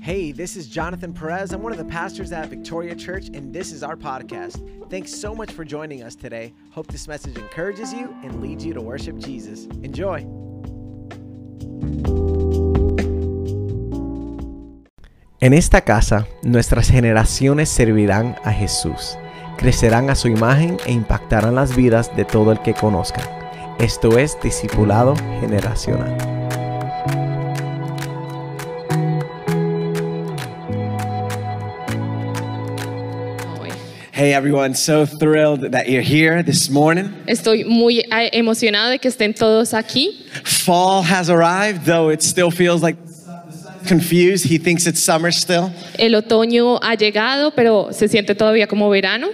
Hey, this is Jonathan Perez. I'm one of the pastors at Victoria Church, and this is our podcast. Thanks so much for joining us today. Hope this message encourages you and leads you to worship Jesus. Enjoy. En esta casa, nuestras generaciones servirán a Jesús, crecerán a su imagen e impactarán las vidas de todo el que conozcan. Esto es Discipulado Generacional. Hey everyone, so thrilled that you're here this morning. Estoy muy eh, emocionada de que estén todos aquí. Fall has arrived, though it still feels like confused. He thinks it's summer still. El otoño ha llegado, pero se siente todavía como verano.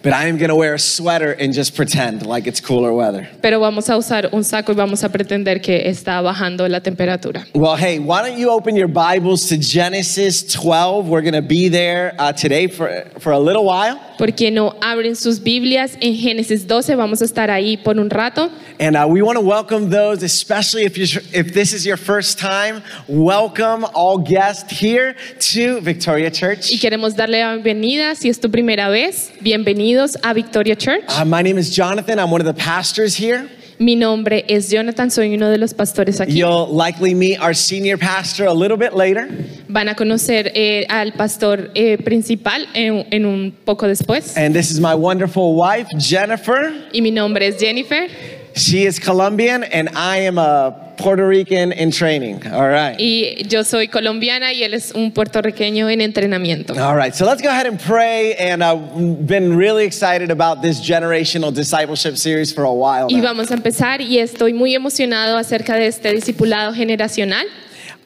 But I am going to wear a sweater and just pretend like it's cooler weather. Pero vamos a usar un saco y vamos a pretender que está bajando la temperatura. Well, hey, why don't you open your Bibles to Genesis 12? We're going to be there uh, today for, for a little while. ¿Por qué no abren sus Biblias en Génesis 12? Vamos a estar ahí por un rato. And uh, we want to welcome those, especially if, you if this is your first time, welcome all guests here to Victoria Y Church. queremos darle la bienvenida, si es tu primera vez, bienvenidos a Victoria Church. Uh, my name is Jonathan. I'm one of the pastors here. Mi nombre es Jonathan, soy uno de los pastores aquí. You'll likely meet our senior pastor a little bit later. Van a conocer eh, al pastor eh, principal en- en un poco después. And this is my wonderful wife, Jennifer. Y mi nombre es Jennifer She is Colombian and I am a Puerto Rican in training. All right. y yo soy colombiana y él es un puertorriqueño en entrenamiento. All right, so let's go ahead and pray. And I've been really excited about this generational discipleship series for a while. Y now. vamos a empezar y estoy muy emocionado acerca de este discipulado generacional.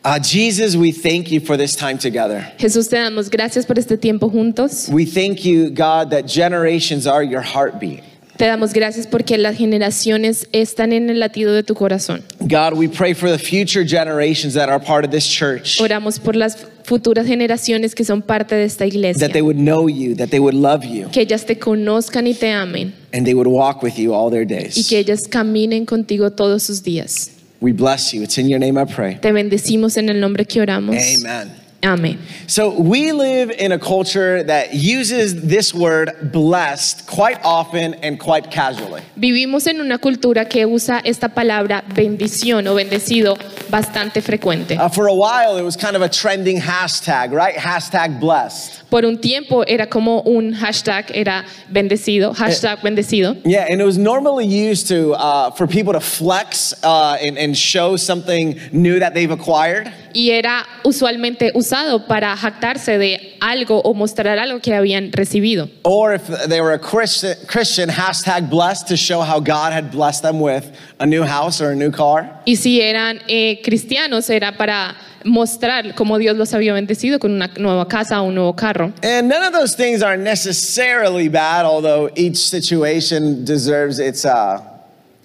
Uh, Jesus, we thank you for this time together. Jesús, te damos gracias por este tiempo juntos. We thank you, God, that generations are your heartbeat. Te damos gracias porque las generaciones están en el latido de tu corazón. God, we pray for the future generations that are part of this church. Oramos por las futuras generaciones que son parte de esta iglesia. That they would know you, that they would love you, Que ellas te conozcan y te amen and they would walk with you all their y days. que ellas caminen contigo todos sus días. We bless you. It's in your name I pray. Te bendecimos en el nombre que oramos. Amen. Amén. So we live in a culture that uses this word blessed quite often and quite casually. Vivimos en una cultura que usa esta palabra bendición o bendecido bastante frecuente. Uh, for a while, it was kind of a trending hashtag, right? Hashtag blessed. Por un tiempo era como un hashtag, era bendecido, hashtag bendecido. Yeah, and it was normally used to uh, for people to flex uh, and, and show something new that they've acquired. Y era usualmente usado para jactarse de algo o mostrar algo que habían recibido. Or if they were a Christian, Christian, hashtag blessed to show how God had blessed them with a new house or a new car. Y si eran eh, cristianos era para mostrar cómo Dios los había bendecido con una nueva casa o un nuevo carro. And none of those things are necessarily bad, although each situation deserves its uh,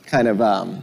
kind of um,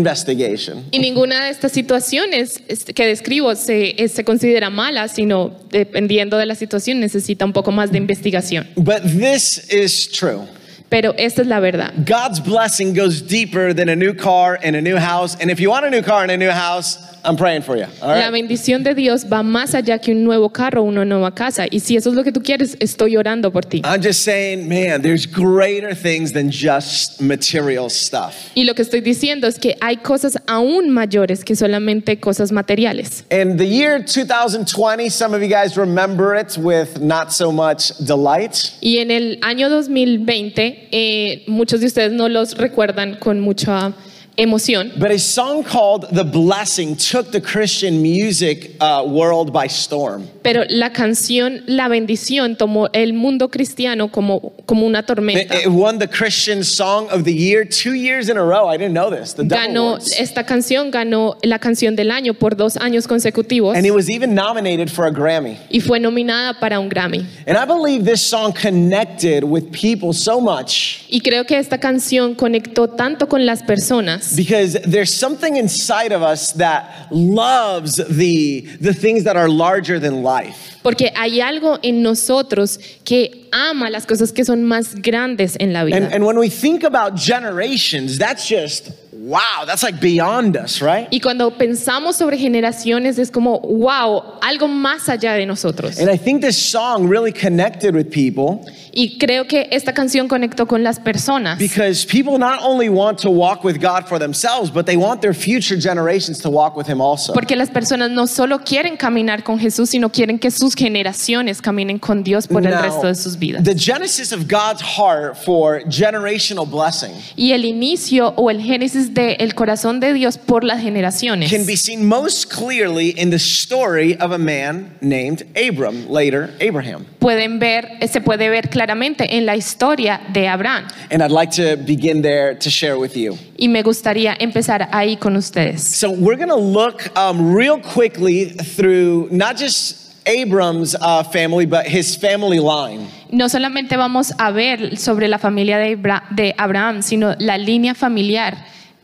investigation. Y ninguna de estas situaciones es- que describo se, es- se considera mala, sino dependiendo de la situación necesita un poco más de investigación. But this is true. Pero esta es la verdad. God's blessing goes deeper than a new car and a new house. And if you want a new car and a new house, I'm praying for you. All La right? bendición de Dios va más allá que un nuevo carro o una nueva casa. Y si eso es lo que tú quieres, estoy orando por ti. I'm just saying, man, there's greater things than just material stuff. Y lo que estoy diciendo es que hay cosas aún mayores que solamente cosas materiales. In the year 2020, some of you guys remember it with not so much delight. Y en el año 2020, eh, muchos de ustedes no los recuerdan con mucha emoción, But a song called The Blessing took the Christian music uh, world by storm. pero la canción La bendición tomó el mundo cristiano como, como una It, tormenta. it won the Christian Song of the Year two years in a row. I didn't know this. The Dove Ganó Awards. esta canción, ganó la canción del año por dos años consecutivos And it was even nominated for a Grammy. y fue nominada para un Grammy. And I believe this song connected with people so much Y creo que esta canción conectó tanto con las personas because there's something inside of us that loves the, the things that are larger than life. porque hay algo en nosotros que ama las cosas que son más grandes en la vida. And, and when we think about generations, that's just wow, that's like beyond us, right? Y cuando pensamos sobre generaciones es como, wow, algo más allá de nosotros. And I think this song really connected with people Y creo que esta canción conectó con las personas. because people not only want to walk with God for themselves, but they want their future generations to walk with Him also. Porque las personas no solo quieren caminar con Jesús, sino quieren que sus generaciones caminen con Dios por el Now, resto de sus vidas. The genesis of God's heart for generational blessing Y el inicio o el génesis del corazón de Dios por las generaciones can be seen most clearly in the story of a man named Abram, later Abraham. pueden ver, se puede ver claramente en la historia de Abraham. And I'd like to begin there to share with you. Y me gustaría empezar ahí con ustedes. So we're going to look um, real quickly through not just Abram's uh, family, but his family line. No solamente vamos a ver sobre la familia de, Ibra- de Abraham, sino la línea familiar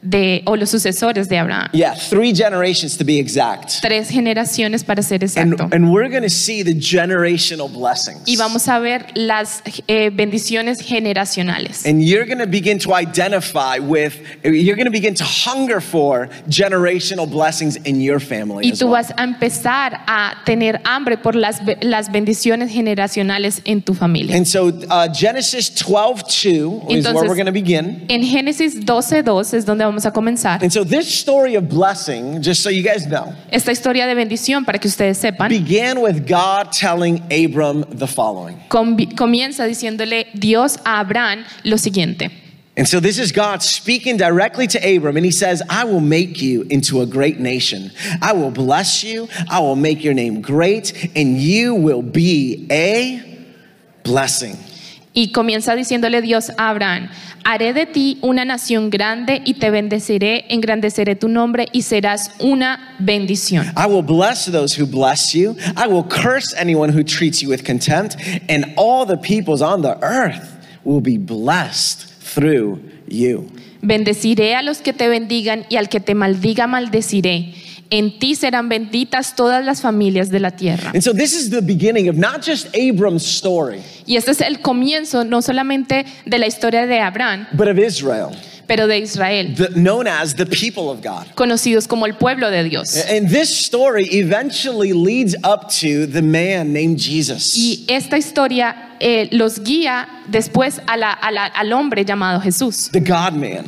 de, o los sucesores de Abraham. Yeah, three generations to be exact. Tres generaciones para ser And, exacto. and we're going to see the generational blessings. y vamos a ver las eh, bendiciones generacionales. And you're going to begin to identify with, you're going to begin to hunger for generational blessings in your family. Y as tú well. vas a empezar a tener hambre por las, be- las bendiciones generacionales en tu familia. And so uh, Genesis 12 2 is where Entonces- we're going to begin. En Génesis 12.2 es donde vamos a comenzar. And so this story of blessing, just so you guys know, Esta historia de bendición, para que ustedes sepan, began with God telling Abram the following. combi- comienza diciéndole Dios a Abraham lo siguiente. And so this is God speaking directly to Abram, and he says, I will make you into a great nation. I will bless you. I will make your name great, and you will be a blessing. Y comienza diciéndole Dios a Abraham, haré de ti una nación grande y te bendeciré, engrandeceré tu nombre y serás una bendición. I will bless those who bless you. I will curse anyone who treats you with contempt, and all the peoples on the earth will be blessed through you. Bendeciré a los que te bendigan y al que te maldiga maldeciré. En ti serán benditas todas las familias de la tierra. And so this is the beginning of not just Abram's story, Y este es el comienzo no solamente de la historia de Abraham, but of Israel. pero de Israel, the, known as the people of God. conocidos como el pueblo de Dios. And this story eventually leads up to the man named Jesus. Y esta historia eh, los guía después a la- a la- al hombre llamado Jesús. The God man.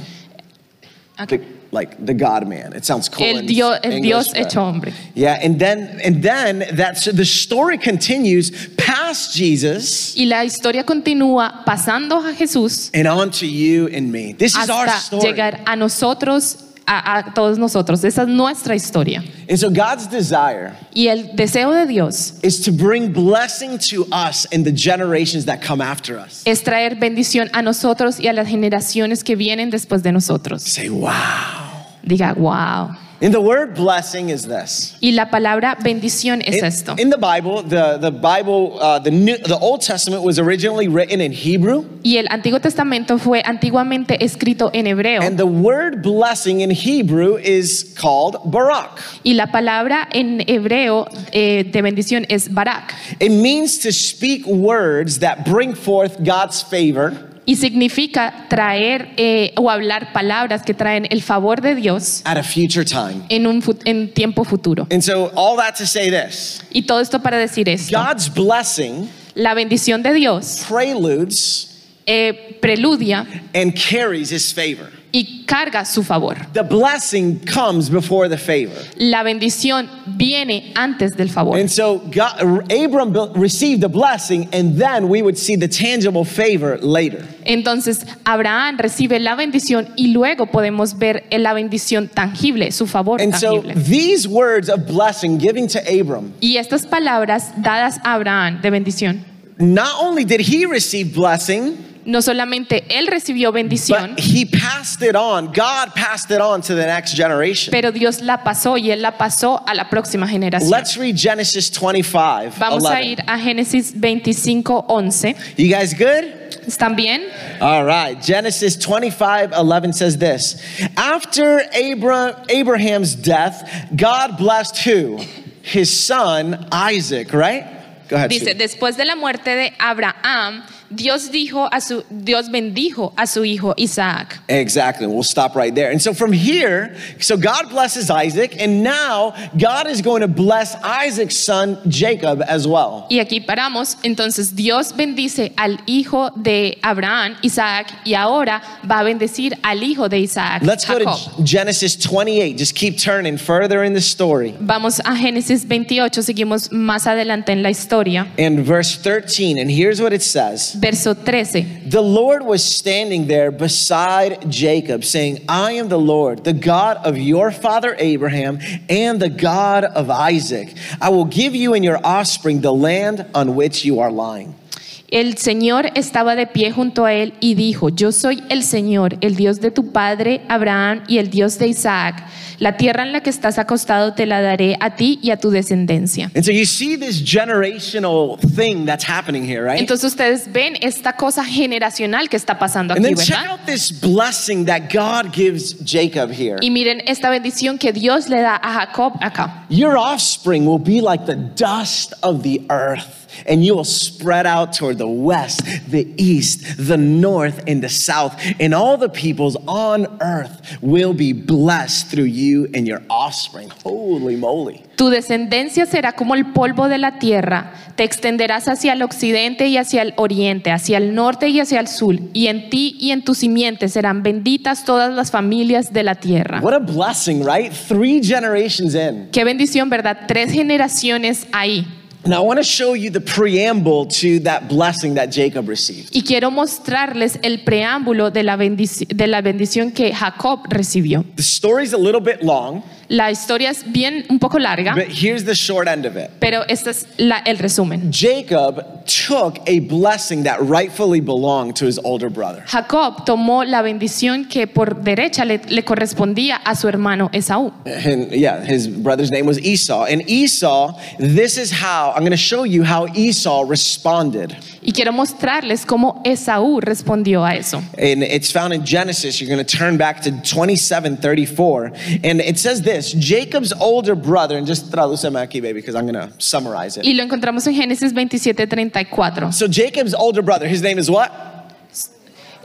Acá. The, like the God man. It sounds cool. El in Dios, el English, Dios but- hecho hombre. Yeah, and then and then that's the story continues past Jesus Y la historia continúa pasando a Jesús and on to you and me. This is our hasta story. llegar a nosotros, a, a todos nosotros. Esa es nuestra historia. And so God's desire Y el deseo de Dios is to bring blessing to us and the generations that come after us. es traer bendición a nosotros y a las generaciones que vienen después de nosotros. Say, wow. Diga, wow. And the word blessing is this. Y la palabra bendición es In- esto. In the Bible, the, the Bible, uh, the, New, the Old Testament was originally written in Hebrew. Y el Antiguo Testamento fue antiguamente escrito en hebreo. And the word blessing in Hebrew is called barak. Y la palabra en hebreo eh, de bendición es barak. It means to speak words that bring forth God's favor Y significa traer eh, o hablar palabras que traen el favor de Dios at a future time. en un fu- en tiempo futuro. And so, all that to say this Y todo esto para decir esto. God's blessing La bendición de Dios preludes eh, preludia and carries his favor. y carga su favor. The blessing comes before the favor. La bendición viene antes del favor. And so God, Abram be- received a blessing, and then we would see the tangible favor later. Entonces Abraham recibe la bendición y luego podemos ver en la bendición tangible, su favor And so tangible. these words of blessing giving to Abram, Y estas palabras dadas a Abraham de bendición, not only did he receive blessing, no solamente él recibió bendición, but he passed it on. God passed it on to the next generation. pero Dios la pasó y él la pasó a la próxima generación. Let's read Genesis 25. Vamos a 11. ir a Génesis 25, 11. You guys good? ¿Están bien? All right. Genesis 25, 11 says this. After Abra- Abraham's death, God blessed who? His son Isaac, right? Go ahead. Dice, Steve. después de la muerte de Abraham, Dios dijo a su Dios bendijo a su hijo Isaac. Exactly. We'll stop right there. And so from here, so God blesses Isaac, and now God is going to bless Isaac's son Jacob as well. Y aquí paramos. Entonces Dios bendice al hijo de Abraham, Isaac, y ahora va a bendecir al hijo de Isaac, Let's go Jacob. to Genesis 28. Just keep turning further in the story. Vamos a Génesis 28, seguimos más adelante en la historia. And verse 13, and here's what it says Verso 13. The Lord was standing there beside Jacob, saying, I am the Lord, the God of your father Abraham and the God of Isaac. I will give you and your offspring the land on which you are lying. El Señor estaba de pie junto a él y dijo, yo soy el Señor, el Dios de tu padre Abraham y el Dios de Isaac. La tierra en la que estás acostado te la daré a ti y a tu descendencia. And so you see this generational thing that's happening here, right? Entonces ustedes ven esta cosa generacional que está pasando and aquí, then check ¿verdad? out this blessing that God gives Jacob here. Y miren esta bendición que Dios le da a Jacob acá. Your offspring will be like the dust of the earth, and you will spread out toward the west, the east, the north, and the south, and all the peoples on earth will be blessed through you and your offspring. Holy moly. Tu descendencia será como el polvo de la tierra. Te extenderás hacia el occidente y hacia el oriente, hacia el norte y hacia el sur. Y en ti y en tu simiente serán benditas todas las familias de la tierra. What a blessing, right? Three generations in. Qué bendición, ¿verdad? Tres generaciones ahí. Now, I want to show you the preamble to that blessing that Jacob received. Y quiero mostrarles el preámbulo de la, bendici- de la bendición que Jacob recibió. The story's a little bit long, La historia es bien un poco larga, but here's the short end of it. pero este es la- el resumen. Jacob took a blessing that rightfully belonged to his older brother. Jacob tomó la bendición que por derecha le, le correspondía a su hermano Esaú. And yeah, his brother's name was Esau. And Esau, this is how I'm going to show you how Esau responded. Y quiero mostrarles cómo Esaú respondió a eso. And it's found in Genesis. You're going to turn back to 2734. And it says this Jacob's older brother, and just traduceme aquí, baby, because I'm going to summarize it. Y lo encontramos en Génesis 27:34. So Jacob's older brother, his name is what?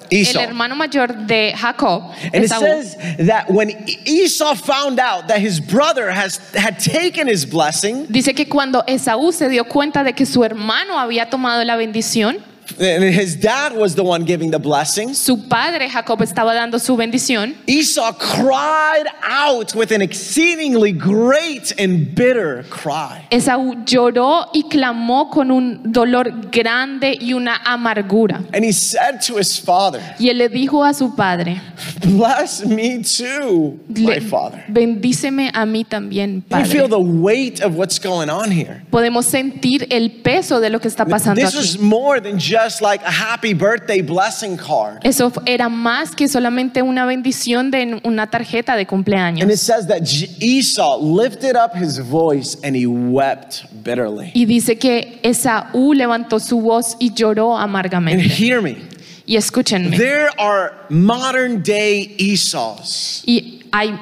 El Esau. hermano mayor de Jacob, And it Esaú, says that when Esau found out that his brother has had taken his blessing, Dice que cuando Esaú se dio cuenta de que su hermano había tomado la bendición, and his dad was the one giving the blessings, su padre Jacob estaba dando su bendición, Esau cried out with an exceedingly great and bitter cry. Esaú lloró y clamó con un dolor grande y una amargura. And he said to his father, Y él le dijo a su padre, Bless me too, my "Le- father. bendíceme a mí también, You feel Padre. the weight of what's going on here. Podemos sentir el peso de lo que está pasando This aquí. was more than just like a happy birthday blessing card. Eso f- era más que solamente una bendición de n- una tarjeta de And cumpleaños. it says that J- Esau lifted up his voice and he wept bitterly. Y dice que Esaú levantó su voz y lloró And amargamente. hear me. Y escúchenme. There are modern day Esau's. Y hay,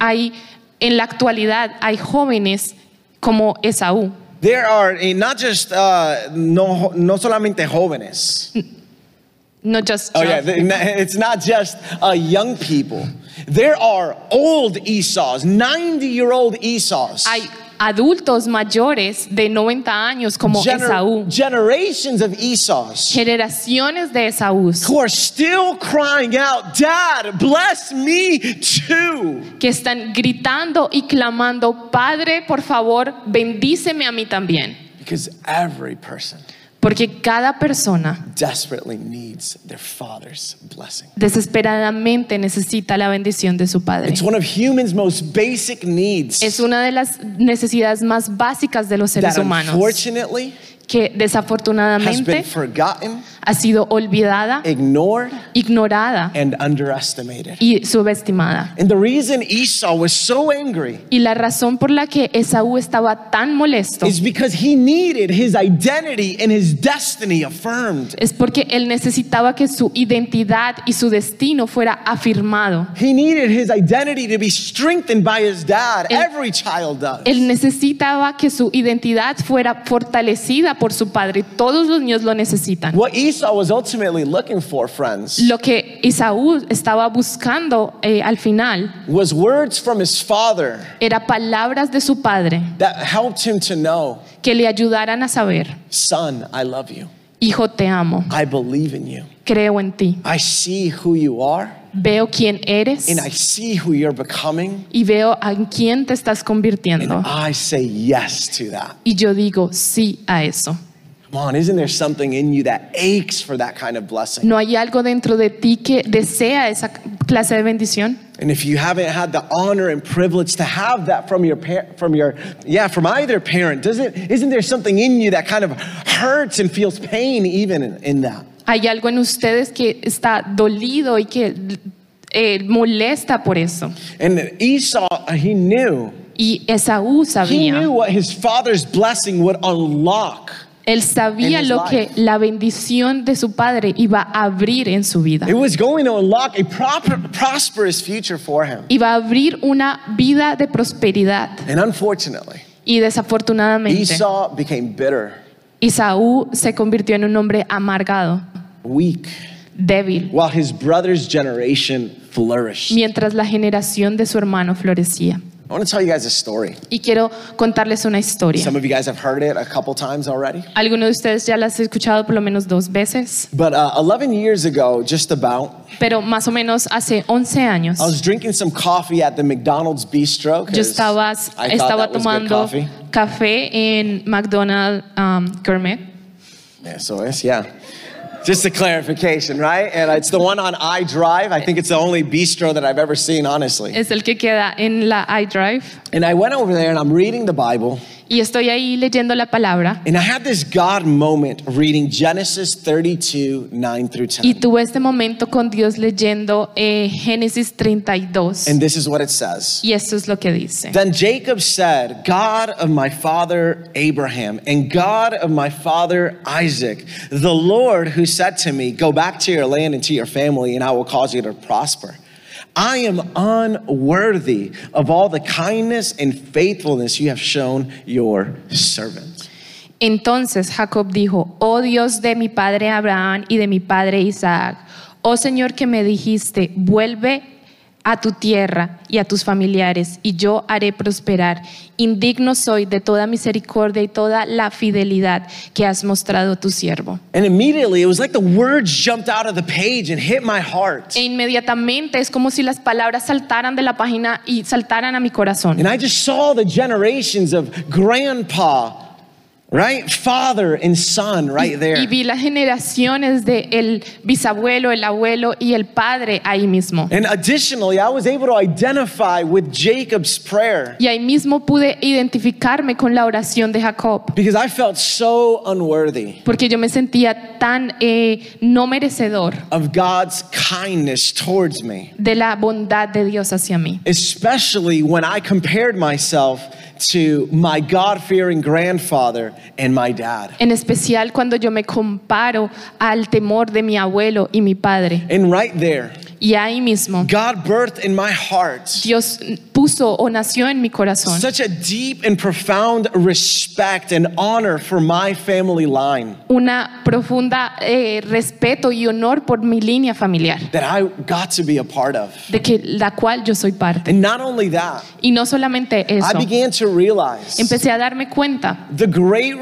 hay- en la actualidad hay jóvenes como Esaú. There are eh, not just uh, no no solamente jóvenes. No just Oh yeah, just- the- it's not just uh, young people. There are old Esau's, ninety year old Esau's. hay adultos mayores de 90 años como Gener- Esaú. generations of Esau's Generaciones de Esaú who are still crying out, "Dad, bless me too." que están gritando y clamando, Padre, por favor, bendíceme a mí también. Because every person Porque cada persona desperately needs their father's blessing. desesperadamente necesita la bendición de su Padre. It's one of humans' most basic needs. Es una de las necesidades más básicas de los that seres humanos unfortunately que has been desafortunadamente forgotten, ha sido olvidada, ignored, ignorada and underestimated. y subestimada. And the reason Esau was so angry Y la razón por la que Esaú estaba tan molesto is because he needed his identity and his destiny affirmed. es porque él necesitaba que su identidad y su destino fuera afirmado. He needed his identity to be strengthened by his dad. Él- Every child does. Él necesitaba que su identidad fuera fortalecida por su padre. y Todos los niños lo necesitan. What Esau was ultimately looking for, friends, Lo que Esaú estaba buscando eh, al final was words from his father era palabras de su padre that helped him to know, que le ayudaran a saber, son, I love you. hijo te amo, I believe in you. creo en ti, I see who you are veo quién eres and I see who you're becoming. y veo en quién te estás And convirtiendo. I say yes to that. Y yo digo sí a eso. Come on, isn't there something in you that aches for that kind of blessing? ¿No hay algo dentro de ti que desea esa clase de bendición? And if you haven't had the honor and privilege to have that from your par- from your yeah, from either parent, doesn't isn't there something in you that kind of hurts and feels pain even in, in that? ¿Hay algo en ustedes que está dolido y que eh, molesta por eso? And Esau, he knew. Y Esaú He sabía. knew what his father's blessing would unlock. Él sabía In his lo que life. la bendición de su padre iba a abrir en su vida. It was going to unlock a proper, prosperous future for him. Iba a abrir una vida de prosperidad. And unfortunately, Y desafortunadamente, Esau became bitter, Esaú se convirtió en un hombre amargado, weak, débil, while his brother's generation flourished. mientras la generación de su hermano florecía. I want to tell you guys a story. Y quiero contarles una historia. Some of you guys have heard it a couple times already. Algunos de ustedes ya las he escuchado por lo menos dos veces, But uh, 11 years ago, just about, pero más o menos hace 11 años I was drinking some coffee at the McDonald's Bistro. 'cause yo estaba, I thought estaba that was good tomando coffee. café en McDonald's um, Gourmet. Yeah, so it's, yeah. Just a clarification, right? And it's the one on I Drive. I think it's the only bistro that I've ever seen, honestly. Es el que queda en la iDrive. And I went over there and I'm reading the Bible. Y estoy ahí leyendo la palabra. And I had this God moment reading Genesis 32, 9 through Y 10. tuve este momento con Dios leyendo eh, Génesis 32. And this is what it says. Y esto es lo que dice. Then Jacob said, God of my father Abraham and God of my father Isaac, the Lord who said to me, Go back to your land and to your family, and I will cause you to prosper. I am unworthy of all the kindness and faithfulness you have shown your servant. Entonces Jacob dijo, oh Dios de mi padre Abraham y de mi padre Isaac, oh Señor que me dijiste, vuelve a tu tierra y a tus familiares, y yo haré prosperar. Indigno soy de toda misericordia y toda la fidelidad que has mostrado a tu siervo. And immediately it was like the words jumped out of the page and hit my heart. E inmediatamente es como si las palabras saltaran de la página y saltaran a mi corazón. And I just saw the generations of grandpa, right? Father and son right there. Y vi las generaciones de el bisabuelo, el abuelo y el padre ahí mismo. And additionally, I was able to identify with Jacob's prayer Y ahí mismo pude identificarme con la oración de Jacob, because I felt so unworthy porque yo me sentía tan eh, no merecedor of God's kindness towards me, de la bondad de Dios hacia mí. especially when I compared myself to my God fearing grandfather and my dad. En especial cuando yo me comparo al temor de mi abuelo y mi padre. And right there, Y ahí mismo God birthed in my heart Dios puso o nació en mi corazón such a deep and profound respect and honor for my family line una profunda eh, respeto y honor por mi línea familiar, that I got to be a part of. de que, la cual yo soy parte. And not only that, Y no solamente I eso, began to realize empecé a darme cuenta the great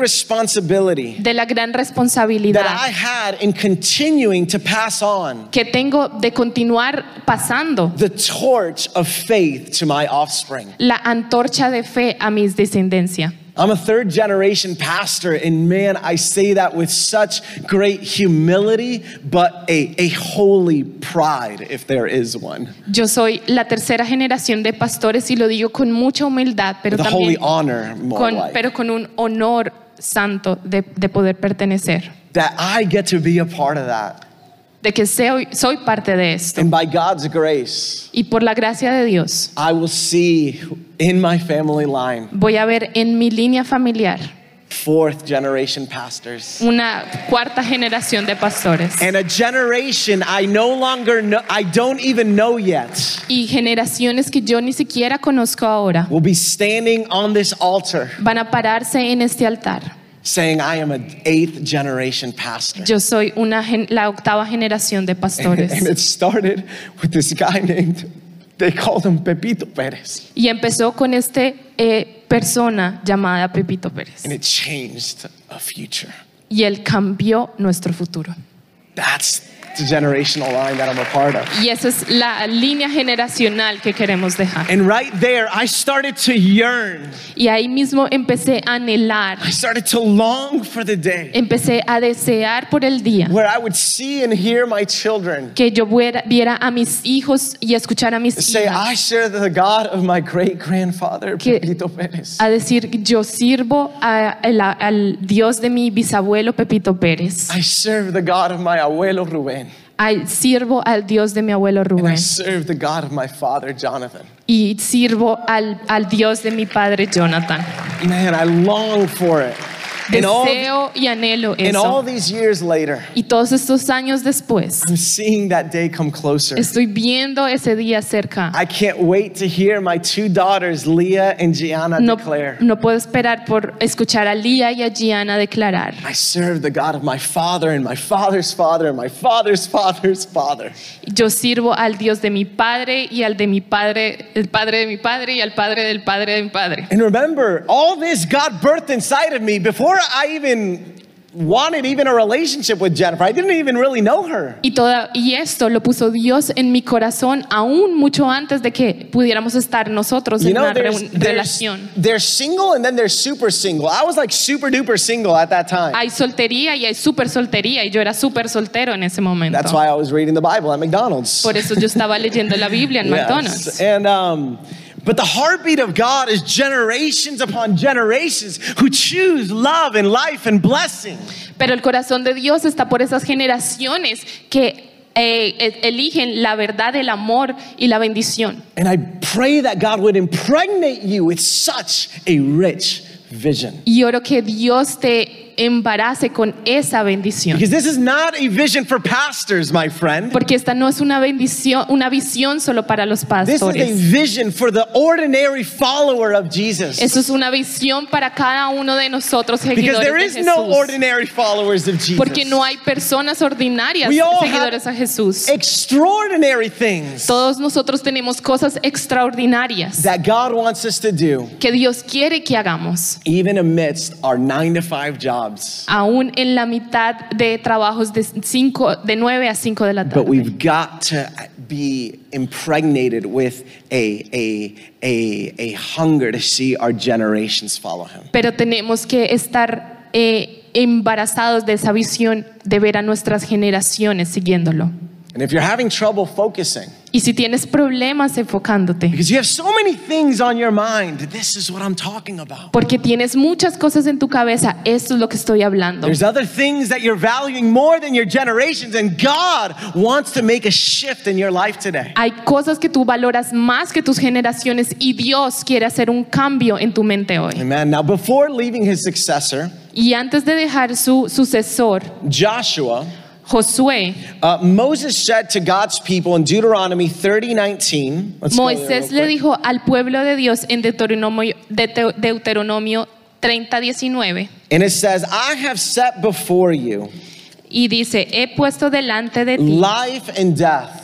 responsibility de la gran that responsabilidad I had in continuing to pass on que tengo de continuar pasando the torch of faith to my offspring. la antorcha de fe a mis descendencia. I'm a third generation pastor, and man, I say that with such great humility, but a, a holy pride, if there is one. Yo soy la tercera generación de pastores y lo digo con mucha humildad, pero The holy también honor, more con, like, pero con un honor santo de, de poder pertenecer, that I get to be a part of that. de que soy, soy parte de esto. And by God's grace, Y por la gracia de Dios I will see in my family line voy a ver en mi línea familiar fourth generation pastors. una cuarta generación de pastores and a generation I no longer know, I don't even know yet, y generaciones que yo ni siquiera conozco ahora will be standing on this altar van a pararse en este altar saying, I am an eighth generation pastor. Yo soy una gen- la octava generación de And pastores. it started with this guy named, they called him Pepito Perez. Y empezó con esta persona llamada Pepito Pérez. And it changed a future. Y él cambió nuestro futuro. That's the generational line that I'm a part of. Y esa es la línea generacional que queremos dejar. And right there, I started to yearn. Y ahí mismo empecé a anhelar, I started to long for the day empecé a desear por el día where I would see and hear my children que yo viera, viera a mis hijos y escuchar a mis say, hijas I serve the God of my great grandfather, Que- Pepito Perez. a decir yo sirvo a- a la- al Dios de mi bisabuelo Pepito Pérez, I serve the God of my abuelo Ruben. Ay, sirvo al Dios de mi abuelo And I Rubén serve the God of my father Jonathan. y sirvo al, al Dios de mi padre Jonathan. Man, I long for it. And all, Deseo y anhelo and all eso. these years later, Y todos estos años después, I'm seeing that day come closer. estoy viendo ese día cerca. I can't wait to hear my two daughters, Leah and Gianna, No, declare. no puedo esperar por escuchar a Lía y a Gianna declarar. I serve the God of my father and my father's father and my father's father's father. Yo sirvo al Dios de mi padre y al de mi padre, el padre de mi padre y al padre del padre de mi padre. And remember, all this God birthed inside of me before I even wanted even a relationship with Jennifer. I didn't even really know her. Y, toda, y esto lo puso Dios en mi corazón aún mucho antes de que pudiéramos estar nosotros You en know, una there's, reun- there's, relación. there's single and then there's super single. I was like super duper single at that time. Hay soltería y hay súper soltería y yo era súper soltero en ese momento. That's why I was reading the Bible at McDonald's. Por eso yo estaba leyendo la Biblia en Yes. McDonald's. And um, but the heartbeat of God is generations upon generations who choose love and life and blessing. Pero el corazón de Dios está por esas generaciones que eh, eh, eligen la verdad, el amor y la bendición. And I pray that God would impregnate you with such a rich vision. Y oro que Dios te embarace con esa bendición. Because this is not a vision for pastors, my friend. Porque esta no es una bendición, una visión solo para los This is a pastores. vision for the ordinary follower of Jesus. Eso es una visión para cada uno de nosotros Because seguidores there de is no Jesús. ordinary followers of Porque no Jesus. hay personas ordinarias We all have- seguidores a Jesús. Extraordinary things Todos nosotros tenemos cosas extraordinarias that God wants us to do. que Dios quiere que hagamos. even amidst our nine to five jobs. aún en la mitad de trabajos de, cinco, de 9 a 5 de la But tarde. we've got to be impregnated with a, a, a, a hunger to see our generations follow him. Pero tenemos que estar eh, embarazados de esa visión de ver a nuestras generaciones siguiéndolo. And if you're having trouble focusing, Y si tienes problemas enfocándote, because you have so many things on your mind, this is what I'm talking about. porque tienes muchas cosas en tu cabeza, esto es lo que estoy hablando. There's other things that you're valuing more than your generations, and God wants to make a shift in your life today. Hay cosas que tú valoras más que tus generaciones y Dios quiere hacer un cambio en tu mente hoy. Amen. Now, before leaving his successor, Y antes de dejar su sucesor, Joshua, Josué, Uh, Moses said to God's people in Deuteronomy 30, 19. Let's go there real Moisés le quick. dijo al pueblo de Dios en Deuteronomio, Deute- Deuteronomio 30, 19, And it says, I have set before you y dice, he puesto delante de ti life and death,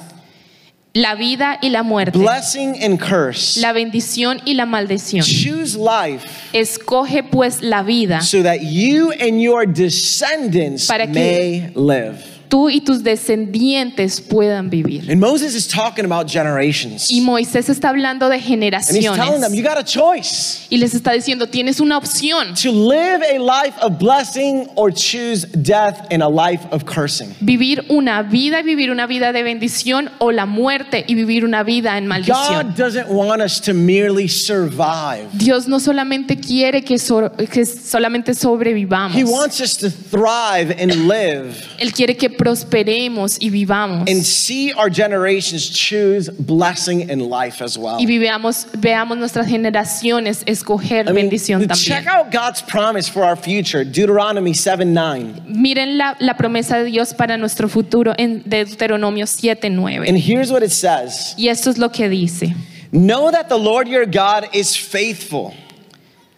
la vida y la muerte, blessing and curse. la bendición y la maldición. Choose life Escoge pues la vida, so that you and your descendants Para que- may live. tú y tus descendientes puedan vivir. And Moses is talking about generations. Y Moisés está hablando de And he's telling them, you generaciones got a choice y les está diciendo, tienes una opción, to live a life of blessing or choose death and a life of cursing. vivir una vida y vivir una vida de bendición o la muerte y vivir una vida en maldición. God doesn't want us to merely survive. Dios no solamente quiere que, so- que solamente sobrevivamos. He wants us to thrive and live Él quiere que prosperemos y vivamos. and see our generations choose blessing and life as well. y vivamos, veamos nuestras generaciones escoger I mean, bendición también. check out God's promise for our future, Deuteronomy 7 9. Miren la, la promesa de Dios para nuestro futuro en Deuteronomio 7, 9. And here's what it says y esto es lo que dice. Know that the Lord your God is faithful,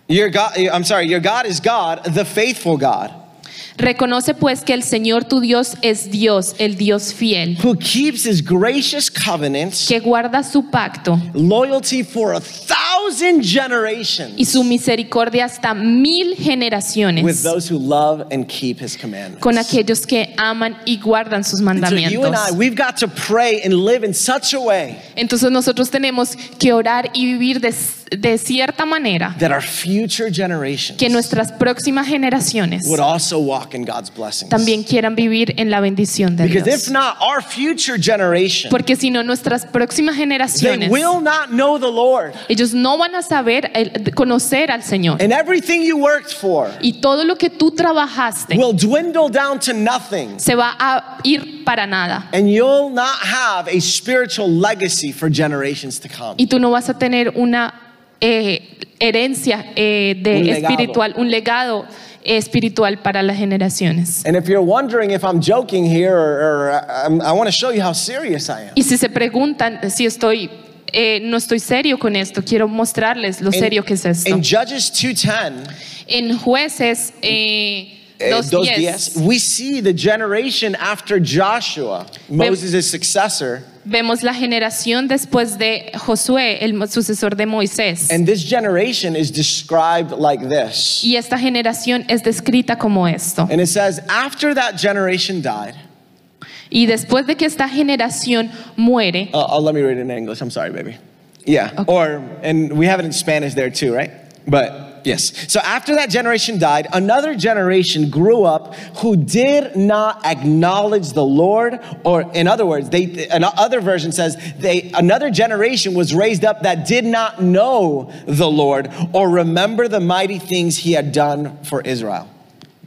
Your God, I'm sorry, your God is God, the faithful God, Reconoce pues que el Señor tu Dios es Dios, el Dios fiel, who keeps his gracious covenants, que guarda su pacto loyalty for a thousand generations y su misericordia hasta mil with generaciones those who love and keep his commandments. con aquellos que aman y guardan sus And so you and mandamientos. I, we've got to pray and live in such a way Entonces nosotros tenemos que orar y vivir de, de cierta manera that our future generations que nuestras próximas generaciones would also walk in God's blessings. también quieran vivir en la bendición de Because if Dios. not, our future generation, Porque si no, nuestras próximas they generaciones, will not know the Lord. ellos no van a saber el- conocer al Señor. And everything you worked for Y todo lo que tú trabajaste will dwindle down to nothing. se va a ir para nada. And you'll not have a spiritual legacy for generations to come. Y tú no vas a tener una eh, herencia eh, de Un legado. espiritual, un legado eh, espiritual para las generaciones. And if you're wondering if I'm joking here, or, or I'm, I want to show you how serious I am. Y si se preguntan si estoy, eh, no estoy serio con esto, quiero mostrarles lo serio que es esto. In Judges 2:10, en jueces eh, eh, dos those diez, diez, we see the generation after Joshua, Moses' successor, vemos la generación después de Josué, el mo- sucesor de Moisés. and this generation is described like this. y esta generación es descrita como esto. And it says, after that generation died, Y después de que esta generación muere, uh, uh, let me read it in English. I'm sorry, baby. Yeah. Or, and we have it in Spanish there too, right? But yes. So after that generation died, another generation grew up who did not acknowledge the Lord. Or, in other words, they, another version says, they, another generation was raised up that did not know the Lord or remember the mighty things he had done for Israel.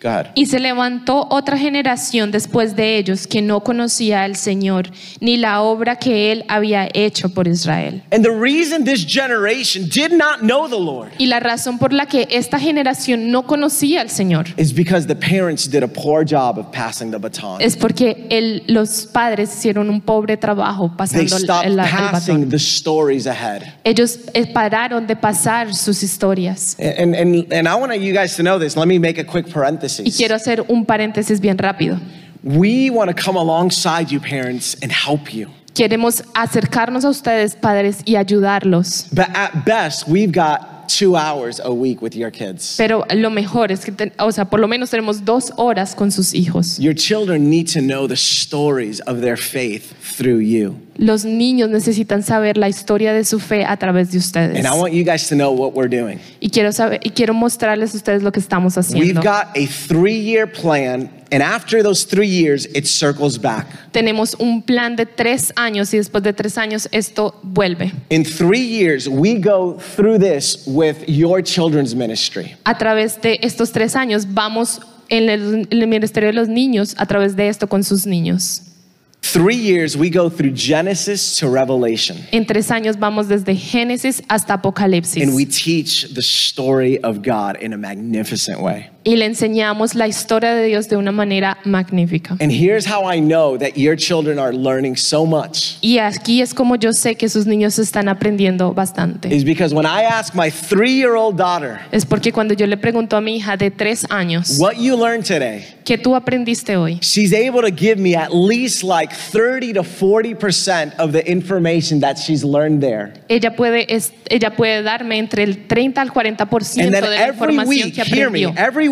Go ahead. y se levantó otra generación después de ellos que no conocía al Señor ni la obra que él había hecho por Israel. And the reason this generation did not know the Lord Y la razón por la que esta generación no conocía al Señor is because the parents did a poor job of passing the baton. es porque el- los padres hicieron un pobre trabajo They pasando la- stopped la- el passing batón. the stories ahead. Ellos eh, pararon de pasar sus historias. And, and, and I want you guys to know this. Let me make a quick Y parenthesis. quiero hacer un paréntesis bien rápido. We want to come alongside you, parents, and help you. Queremos acercarnos a ustedes, padres, y ayudarlos. But at best, we've got two hours a week with your kids. Pero lo mejor es que, ten- o sea, por lo menos tenemos dos horas con sus hijos. Your children need to know the stories of their faith through you. Los niños necesitan saber la historia de su fe a través de ustedes. And I want you guys to know what we're doing. Y quiero, saber, y quiero mostrarles a ustedes lo que estamos haciendo. We've got a three year plan, and after those three years, it circles back. Tenemos un plan de tres años y después de tres años esto vuelve. In three years, we go through this with your children's ministry. A través de estos tres años vamos en el, en el Ministerio de los Niños, a través de esto con sus niños. Three years, we go through Genesis to Revelation, En tres años vamos desde Génesis hasta Apocalipsis. and we teach the story of God in a magnificent way. y le enseñamos la historia de Dios de una manera magnífica. And here's how I know that your children are learning so much. Y aquí es como yo sé que sus niños están aprendiendo bastante. Is because when I ask my three year old daughter, Es porque cuando yo le pregunto a mi hija de tres años, what you learned today, ¿qué tú aprendiste hoy? she's able to give me at least like 30 to 40% of the information that she's learned there. Ella puede, es- ella puede darme entre el 30 al 40% And de then la every información week, que hear me, aprendió. every week,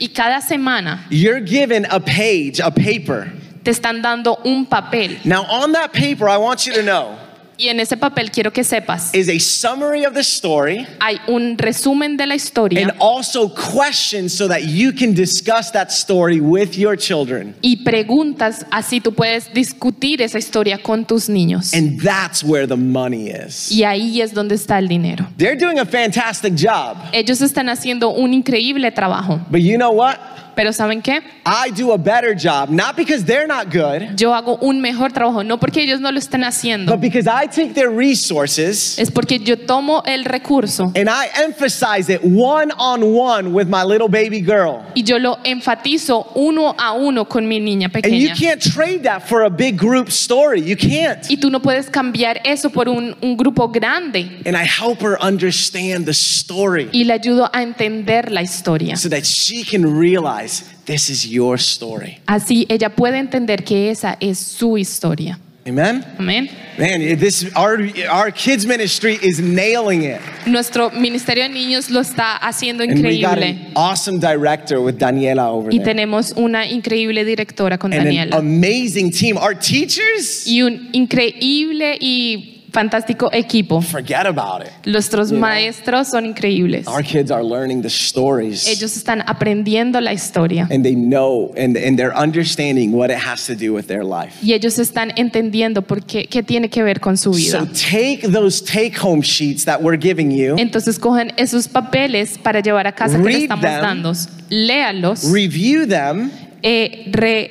Y cada semana You're given a page, a paper. te están dando un papel. Now, on that paper, I want you to know Y en ese papel quiero que sepas, is a summary of the story hay un resumen de la and historia also questions so that you can discuss that story with your children. y preguntas, así tú puedes discutir esa historia con tus niños. And that's where the money is. Y ahí es donde está el dinero. They're doing a fantastic job, Ellos están haciendo un increíble trabajo, but you know what? Pero ¿saben qué? I do a better job, not because they're not good, Yo hago un mejor trabajo, no porque ellos no lo estén haciendo, but because I take their resources es porque yo tomo el recurso and I emphasize it one on one with my little baby girl. y yo lo enfatizo uno a uno con mi niña And you pequeña. can't trade that for a big group story. You can't. Y tú no puedes cambiar eso por un, un grupo grande. And I help her understand the story Y le ayudo a entender la historia. so that she can realize this is your story. Así ella puede entender que esa es su historia. Amen? Amén. Man, this our our kids ministry is nailing it. Nuestro ministerio de niños lo está haciendo And we got increíble. an awesome director with Daniela over Y there. tenemos una increíble directora con and an Daniela. amazing team. Our teachers, Y un increíble y fantástico equipo. forget about it. Nuestros maestros son increíbles. Our kids are learning the stories. Ellos están aprendiendo la historia. and they know and, and they're understanding what it has to do with their life. Y ellos están entendiendo por qué, qué tiene que ver con su vida. So take those take home sheets that we're giving you, Entonces cojan esos papeles para llevar a casa que Read le estamos them. dando, léalos, review them, eh,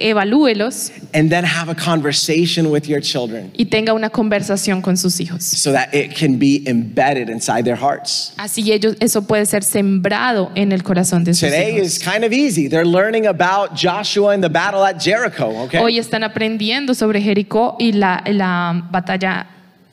reevalúelos and then have a conversation with your children y tenga una conversación con sus hijos. so that it can be embedded inside their hearts. Así ellos, eso puede ser sembrado en el corazón de sus Today hijos. is kind of easy. They're learning about Joshua and the battle at Jericho, okay? Hoy están aprendiendo sobre Jericó y la, la batalla,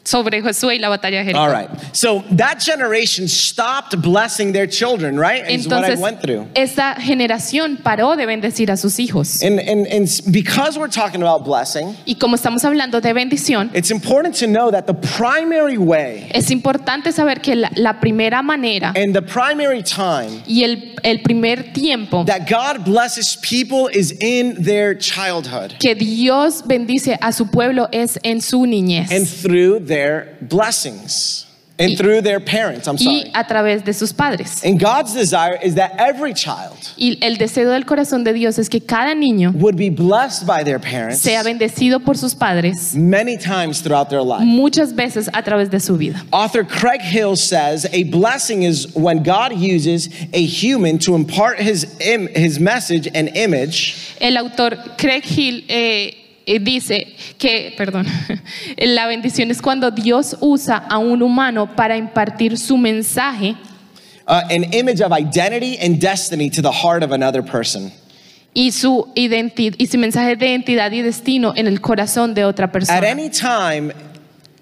sobre Josué y la batalla de Jericó. All right. So that generation stopped blessing their children, right? Is what I Entonces, went through. Eh, esta generación paró de bendecir a sus hijos. And, and, and s- because we're talking about blessing, Y como estamos hablando de bendición, it's important to know that the primary way es importante saber que la, la primera manera and the primary time y el, el primer tiempo that God blesses people is in their childhood que Dios bendice a su pueblo es en su and niñez through their blessings and Y- through their parents. I'm y sorry. Eh, a través de sus padres. And God's desire is that every child Y el deseo del corazón de Dios es que cada niño would be blessed by their parents sea bendecido por sus padres many times throughout their life. muchas veces a través de su vida. Author Craig Hill says a blessing is when God uses a human to impart his, Im- his message and image. El autor Craig Hill eh, eh, dice que, perdón, la bendición es cuando Dios usa a un humano para impartir su mensaje uh, an image of identity and destiny to the heart of another person. y su, identi- y su mensaje de identidad y destino en el corazón de otra persona. At any time,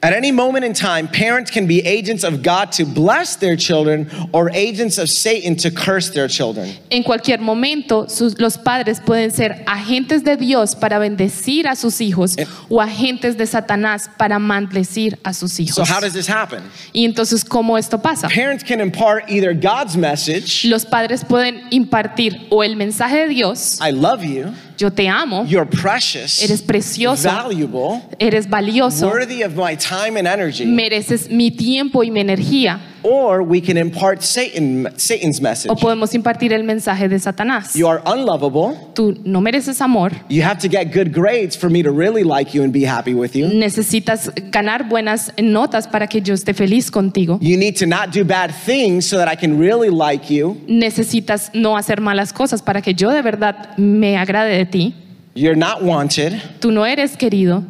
at any moment in time, parents can be agents of God to bless their children or agents of Satan to curse their children. En cualquier momento, sus- los padres pueden ser agentes de Dios para bendecir a sus hijos Eh. o agentes de Satanás para maldecir a sus hijos. So, how does this happen? y entonces, ¿cómo esto pasa? Parents can impart either God's message, Los padres pueden impartir o el mensaje de Dios, I love you, yo te amo, you're precious, eres precioso, valuable, eres valioso, worthy of my time and energy, mereces mi tiempo y mi energía, or we can impart Satan, Satan's o message. podemos impartir el mensaje de Satanás. You are unlovable. Tú no mereces amor, You have to get good grades for me to really like you and be happy with Mm. you. necesitas ganar buenas notas para que yo esté feliz contigo. You need to not do bad things so that I can really like you. necesitas no hacer malas cosas para que yo de verdad me agrade de ti. You're not wanted Tú no eres querido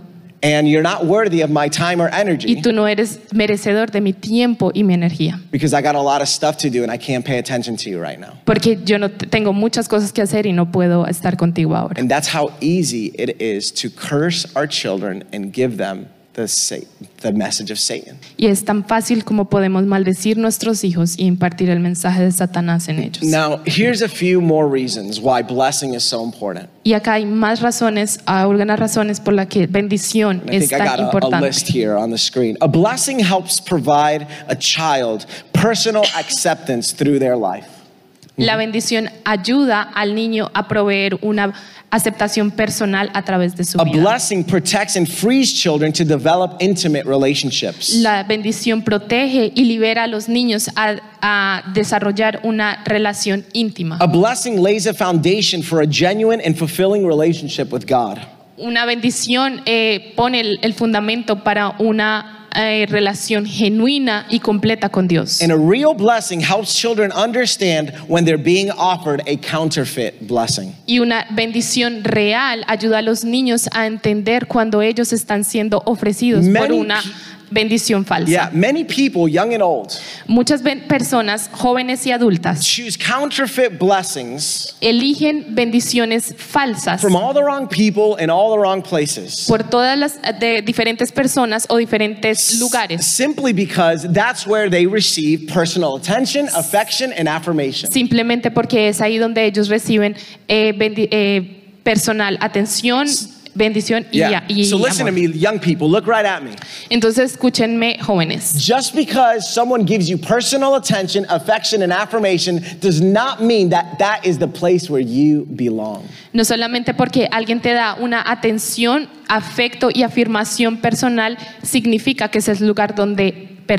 and you're not worthy of my time or y energy tú no eres merecedor de mi tiempo y mi energía. because I got a lot of stuff to do and I can't pay attention to you right now. Porque yo no te- tengo muchas cosas que hacer y no puedo estar contigo ahora. And that's how easy it is to curse our children and give them the, sa- the message of Satan. Y es tan fácil como podemos maldecir nuestros hijos y impartir el mensaje de Satanás en ellos. Now, here's a few more reasons why blessing is so important. Y acá hay más razones, algunas razones por las que bendición I es think I tan got a- a, list importante. here on the screen. A blessing helps provide a child personal acceptance through their life. La bendición ayuda al niño a proveer una aceptación personal a través de su A vida. blessing protects and frees children to develop intimate relationships. La bendición protege y libera a los niños a, a desarrollar una relación íntima. A blessing lays a foundation for a genuine and fulfilling relationship with God. Una bendición eh, pone el, el fundamento para una eh, relación genuina y completa con Dios. And a real blessing helps children understand when they're being offered a counterfeit blessing. Y una bendición real ayuda a los niños a entender cuando ellos están siendo ofrecidos por Many una pe- bendición falsa. Yeah, many people, young and old, Muchas ben- personas, jóvenes y adultas, choose counterfeit blessings eligen bendiciones falsas from all the wrong people in all the wrong places. por todas las de diferentes personas o diferentes lugares, Simply because that's where they receive personal attention, affection, and affirmation. simplemente porque es ahí donde ellos reciben eh, bendi- eh, personal atención, bendición y, Yeah. y So listen to amor. me, young people, look right at me. Entonces escúchenme, jóvenes. Just because someone gives you personal attention, affection, and affirmation does not mean that that is the place where you belong. No solamente porque alguien te da una atención, afecto y afirmación personal, significa que ese es el lugar donde And so if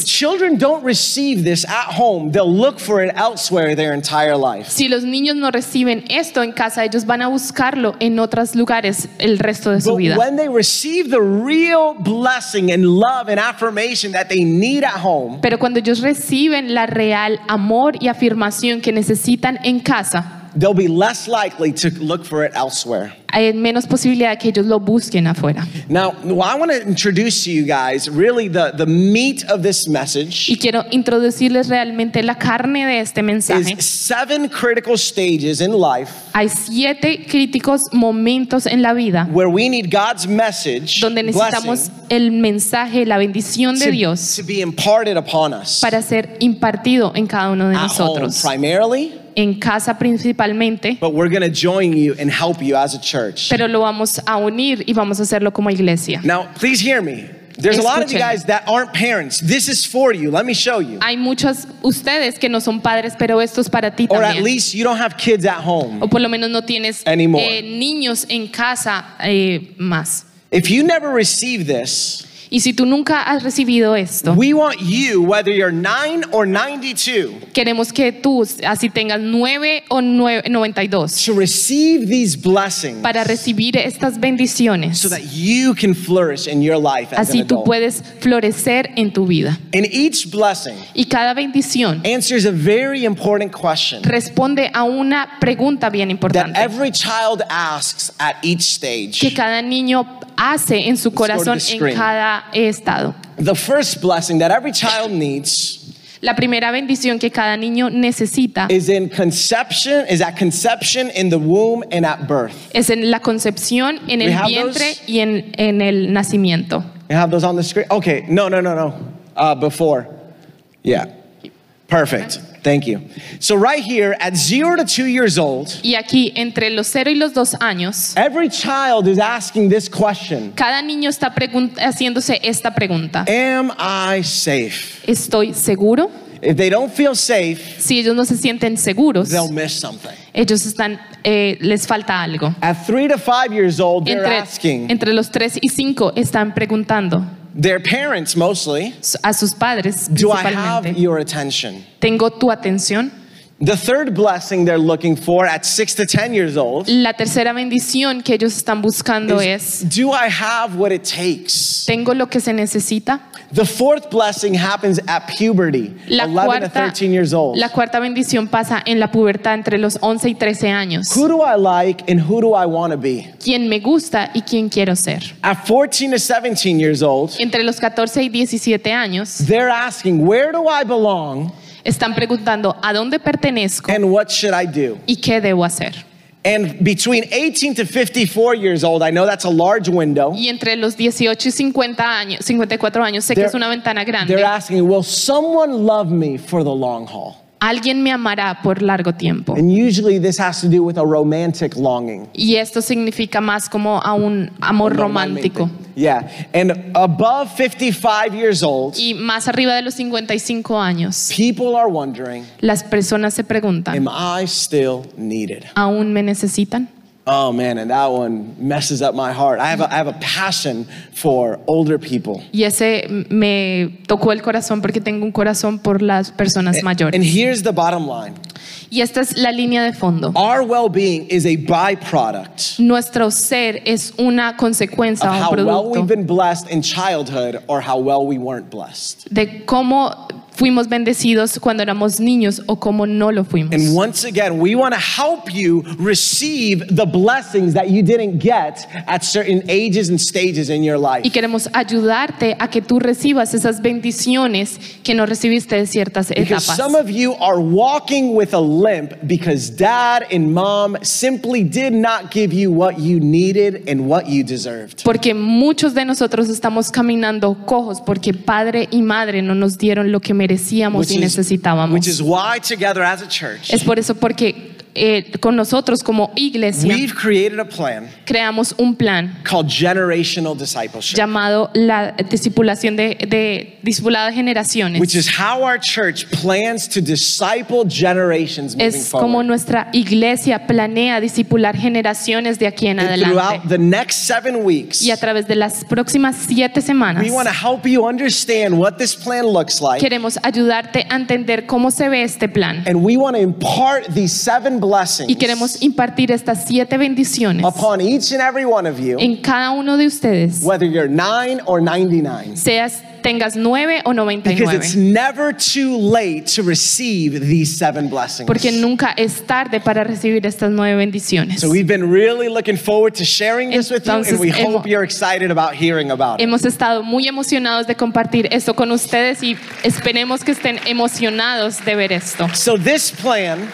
perteneces. children don't receive this at home, they'll look for it elsewhere their entire life. Si los niños no reciben esto en casa, ellos van a buscarlo en otros lugares el resto de su But vida. when they receive the real blessing and love and affirmation that they need at home, Pero cuando ellos reciben la real amor y afirmación que necesitan en casa, they'll be less likely to look for it elsewhere. hay menos posibilidad de que ellos lo busquen afuera. Now, I want to introduce to you guys really the, the meat of this message. Y quiero introducirles realmente la carne de este mensaje. is seven critical stages in life Hay siete críticos momentos en la vida where we need God's message donde necesitamos blessing, el mensaje, la bendición de to, Dios to be imparted upon us para ser impartido en cada uno de at home nosotros, primarily, en casa principalmente, but we're going to join you and help you as a church. pero lo vamos a unir y vamos a hacerlo como iglesia. Now, please hear me. There's a lot of you Escuchen. guys that aren't parents. This is for you. Let me show you. Hay muchos ustedes que no son padres, pero esto es para ti Or at también. least you don't have kids at home. O por lo menos no tienes Anymore. eh, niños en casa eh, más. If you never receive this, Y si tú nunca has recibido esto, we want you, whether you're nine or 92, queremos que tú, así tengas 9 o 9, 92, to receive these blessings para recibir estas bendiciones. so that you can flourish in your life as Así an tú adult. puedes florecer en tu vida. And each blessing Y cada bendición answers a very important question responde a una pregunta bien that importante every child asks at each que stage. cada niño hace en su go to the corazón screen. en cada eh, estado. The first blessing that every child needs La primera bendición que cada niño necesita is in conception, is at conception in the womb and at birth. es en la concepción, en We el have vientre those? y en, en el nacimiento. You have those on the screen? Okay, no, no, no, no. Uh, before. Yeah. Perfect. Thank you. So, right here at zero to two years old, Y aquí, entre los 0 y los 2 años, every child is asking this question cada niño está pregun- haciéndose esta pregunta. Am I safe? ¿Estoy seguro? If they don't feel safe, Si ellos no se sienten seguros, they'll miss something. ellos están, eh, les falta algo. At three to five years old, they're Entre, asking entre los 3 y 5 están preguntando their parents mostly, s- a sus padres Do I have principalmente, your attention? ¿tengo tu atención? The third blessing they're looking for at six to 10 years old La tercera bendición que ellos están buscando is es, Do I have what it takes? ¿tengo lo que se necesita? The fourth blessing happens at puberty, La 11 to cuarta, 13 years old. la cuarta bendición pasa en la pubertad entre los 11 y 13 años. Who do I like and who do I want to be? ¿Quién me gusta y quién quiero ser? At 14 to 17 years old, Entre los 14 y 17 años they're asking, Where do I belong están preguntando a dónde pertenezco and what should I do? y qué debo hacer. And between 18 to 54 years old, I know that's a large window. Y entre los 18 y 50 años, 54 años, sé que They're- es una ventana They're grande. asking, will someone love me for the long haul? Alguien me amará por largo tiempo. And usually this has to do with a romantic longing. Y esto significa más como a un amor romántico. Yeah. And above 55 years old, Y más arriba de los 55 años, people are wondering, las personas se preguntan, am I still needed? ¿aún me necesitan? Oh man, and that one messes up my heart. I have a, I have a passion for older people. Y ese me tocó el corazón porque tengo un corazón por las personas And mayores. here's the bottom line Y esta es la línea de fondo. our well being is a byproduct Nuestro ser es una of consecuencia o how well we've producto been blessed in childhood or how well we weren't blessed. de cómo fuimos bendecidos cuando éramos niños o cómo no lo And fuimos. once again, we want to help you receive the blessings that you didn't get at certain ages and stages in your life. Y queremos ayudarte a que tú recibas esas bendiciones que no recibiste de ciertas Because etapas. some of you are walking with a limp because dad and mom simply did not give you what you needed and what you deserved. Porque muchos de nosotros estamos caminando cojos porque padre y madre no nos dieron lo que merecíamos y necesitábamos. which is why, together as a church, es por eso porque eh, con nosotros como iglesia we've created a plan creamos un plan called generational discipleship, llamado la discipulación de, de discipulado de generaciones. which is how our church plans to disciple generations moving es como forward. nuestra iglesia planea discipular generaciones de aquí en And adelante. throughout the next seven weeks, Y a través de las próximas siete semanas we want to help you understand what this plan looks like. queremos ayudarte a entender cómo se ve este plan. And we want to impart these seven blessings Y queremos impartir estas siete bendiciones upon each and every one of you, en cada uno de ustedes, whether you're nine or 99. seas tengas nueve o Because it's 99. never too late to receive these seven blessings. Porque nunca es tarde para recibir estas nueve bendiciones. so we've been really looking forward to sharing this with you, and Entonces, we hemos- hope you're excited about hearing about it. Hemos estado muy emocionados de compartir esto con ustedes y esperemos que estén emocionados de ver esto. So this plan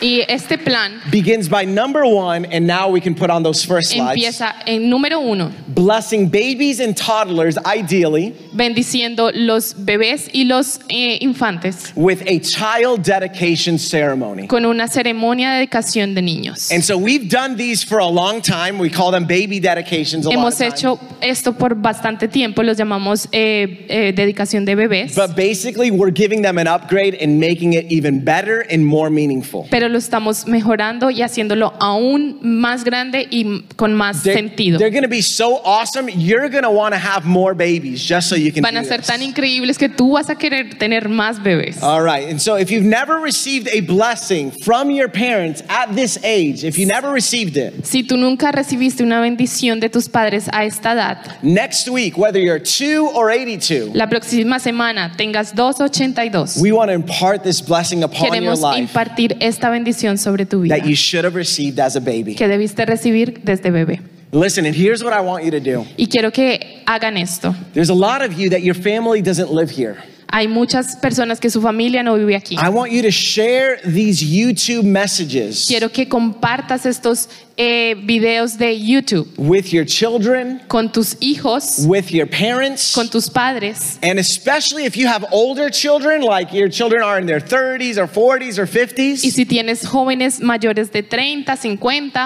Y este plan begins by number one, and now we can put on those first slides. empieza en número uno, Blessing babies and toddlers, ideally, bendiciendo los bebés y los eh, infantes with a child dedication ceremony. con una ceremonia de dedicación de niños. And so we've done these for a long time. We call them baby dedications a lot of Hemos time. hecho esto por bastante tiempo, los llamamos eh, eh, dedicación de bebés, But basically, we're giving them an upgrade and making it even better and more meaningful. pero lo estamos mejorando y haciéndolo aún más grande y m- con más They're, sentido. they're gonna be so awesome. You're gonna wanna have more babies just so you can Van do a ser this. tan increíbles que tú vas a querer tener más bebés. All right, and so if you've never received a blessing from your parents at this age, if you never received it, Si tú nunca recibiste una bendición de tus padres a esta edad, next week, whether you're two or 82, la próxima semana tengas 282. we wanna impart this blessing upon your Queremos life impartir esta bendición sobre tu vida that you should have received as a baby. que debiste recibir desde bebé. Listen, and here's what I want you to do Y quiero que hagan esto. there's a lot of you that your family doesn't live here. Hay muchas personas que su familia no vive aquí. I want you to share these YouTube messages Quiero que compartas estos eh, videos de YouTube with your children, con tus hijos, with your parents, con tus padres. and especially if you have older children, like your children are in their 30s or 40s or Y 50s, si tienes jóvenes mayores de 30, 50,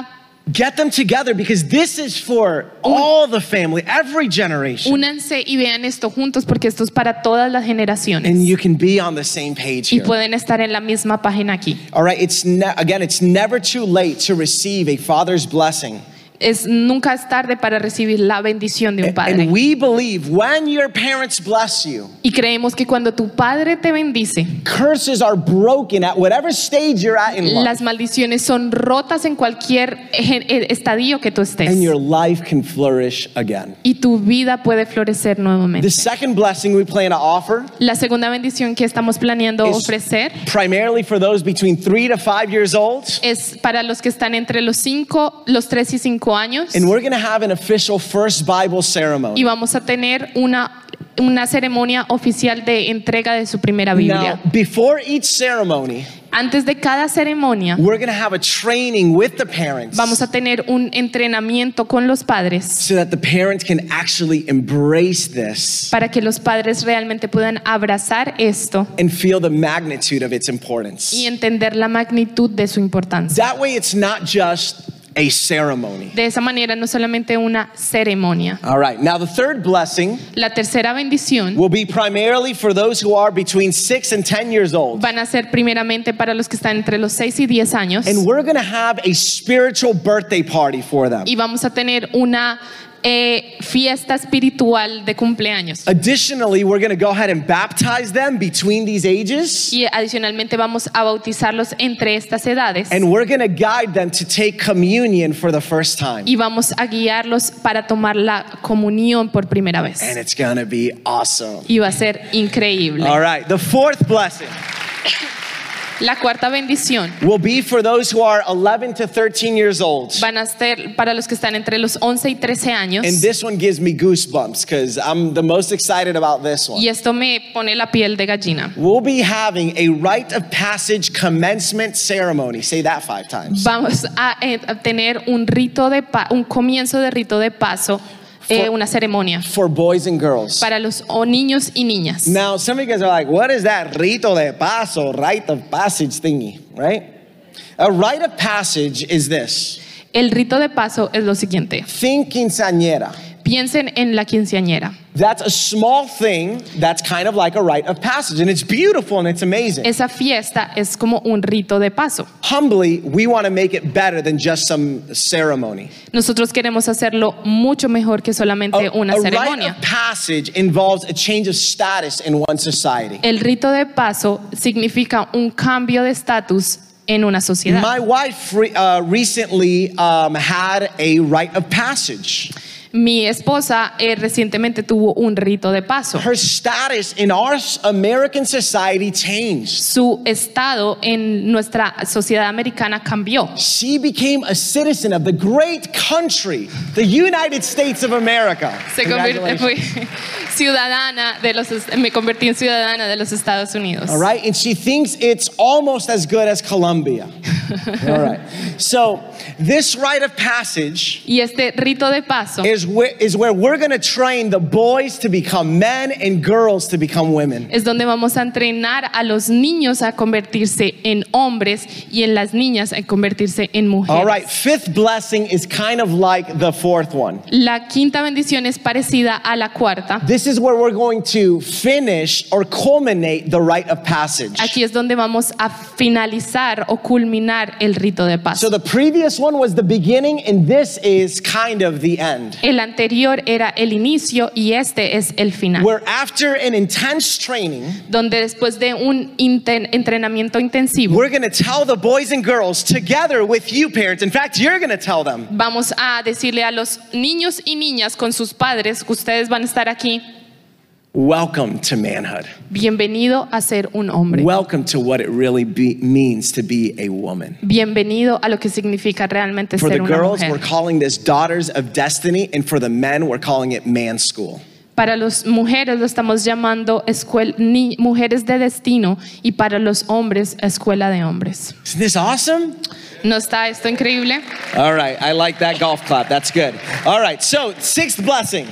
get them together because this is for all the family, every generation. únanse y vean esto juntos porque esto es para todas las generaciones. And you can be on the same page Y here. pueden estar en la misma página aquí. All right, it's ne- again, it's never too late to receive a father's blessing. Es, nunca es tarde para recibir la bendición de un padre. And we believe when your parents bless you, Y creemos que cuando tu padre te bendice, curses are broken at whatever stage you're at in life. las maldiciones son rotas en cualquier eje- eh, estadio que tú estés. and your life can flourish again. y tu vida puede florecer nuevamente. The second blessing we plan to offer La segunda bendición que estamos planeando is ofrecer primarily for those between three to five years old. es para los que están entre los 5, los 3 y 5 años And we're going to have an official first Bible y ceremony. vamos a tener una, una ceremonia oficial de entrega de su primera Now, Biblia. before each ceremony, Antes de cada ceremonia we're going to have a training with the parents vamos a tener un entrenamiento con los padres so that the parents can actually embrace this para que los padres realmente puedan abrazar esto and feel the magnitude of its importance. y entender la magnitud de su importancia. That way, it's not just a ceremony. De esa manera no es solamente una ceremonia. All right, now the third blessing La tercera bendición will be primarily for those who are between six and 10 years old. van a ser primeramente para los que están entre los 6 y 10 años And we're gonna have a spiritual birthday party for them. y vamos a tener una eh, fiesta espiritual de cumpleaños. Additionally, we're gonna go ahead and baptize them between these ages. Y adicionalmente vamos a bautizarlos entre estas edades And we're going to guide them to take communion for the first time. y vamos a guiarlos para tomar la comunión por primera And vez. it's going to be awesome. Y va a ser increíble. All right, the fourth blessing La cuarta bendición will be for those who are 11 to 13 years old. van a ser para los que están entre los 11 y 13 años. And this one gives me goosebumps because I'm the most excited about this one. Y esto me pone la piel de gallina. We'll be having a rite of passage commencement ceremony. Say that five times. Vamos a, eh, a tener un rito de pa- un comienzo de rito de paso, eh, For- una ceremonia For boys and girls. para los o niños y niñas. Now, some of you guys are like, what is that rito de paso, rite of passage thingy, right? A rite of passage is this. El rito de paso es lo siguiente. Think quinceañera. Piensen en la quinceañera. That's a small thing that's kind of like a rite of passage, and it's beautiful and it's amazing. Esa fiesta es como un rito de paso. Humbly, we want to make it better than just some ceremony. Nosotros queremos hacerlo mucho mejor que solamente una a rite ceremonia. of passage involves a change of status in one society. El rito de paso significa un cambio de estatus en una sociedad. My wife re- uh, recently um, had a rite of passage. Mi esposa eh, recientemente tuvo un rito de paso. Her status in our s- American society changed. Su estado en nuestra sociedad americana cambió. She became a citizen of the great country, the United States of America. Se convirtió, Congratulations. fui ciudadana de los, est- me convertí en ciudadana de los Estados Unidos. All right, and she thinks it's almost as good as Colombia. All right. So this rite of passage Y este rito de paso is where is where we're gonna train the boys to become men and girls to become women. es donde vamos a entrenar a los niños a convertirse en hombres y en las niñas a convertirse en mujeres. All right, fifth blessing is kind of like the fourth one. La quinta bendición es parecida a la cuarta. This is where we're going to finish or culminate the rite of passage. Aquí es donde vamos a finalizar o culminar el rito de So paso. the previous one was the beginning, and this is kind of the end. El anterior era el inicio y este es el final, Where after an intense training, donde después de un inten- entrenamiento intensivo We're going to tell the boys and girls together with you, parents. In fact, you're going to tell them vamos a decirle a los niños y niñas con sus padres que ustedes van a estar aquí, Welcome to manhood. bienvenido a ser un hombre, Welcome to what it really be, means to be a woman. bienvenido a lo que significa realmente For the ser una girls, mujer. we're calling this Daughters of Destiny, and for the men, we're calling it Man School. Para las mujeres lo estamos llamando escuel- ni- mujeres de destino y para los hombres escuela de hombres. Isn't this awesome? ¿No está esto increíble? All right, I like that golf clap. That's good. All right, so sixth blessing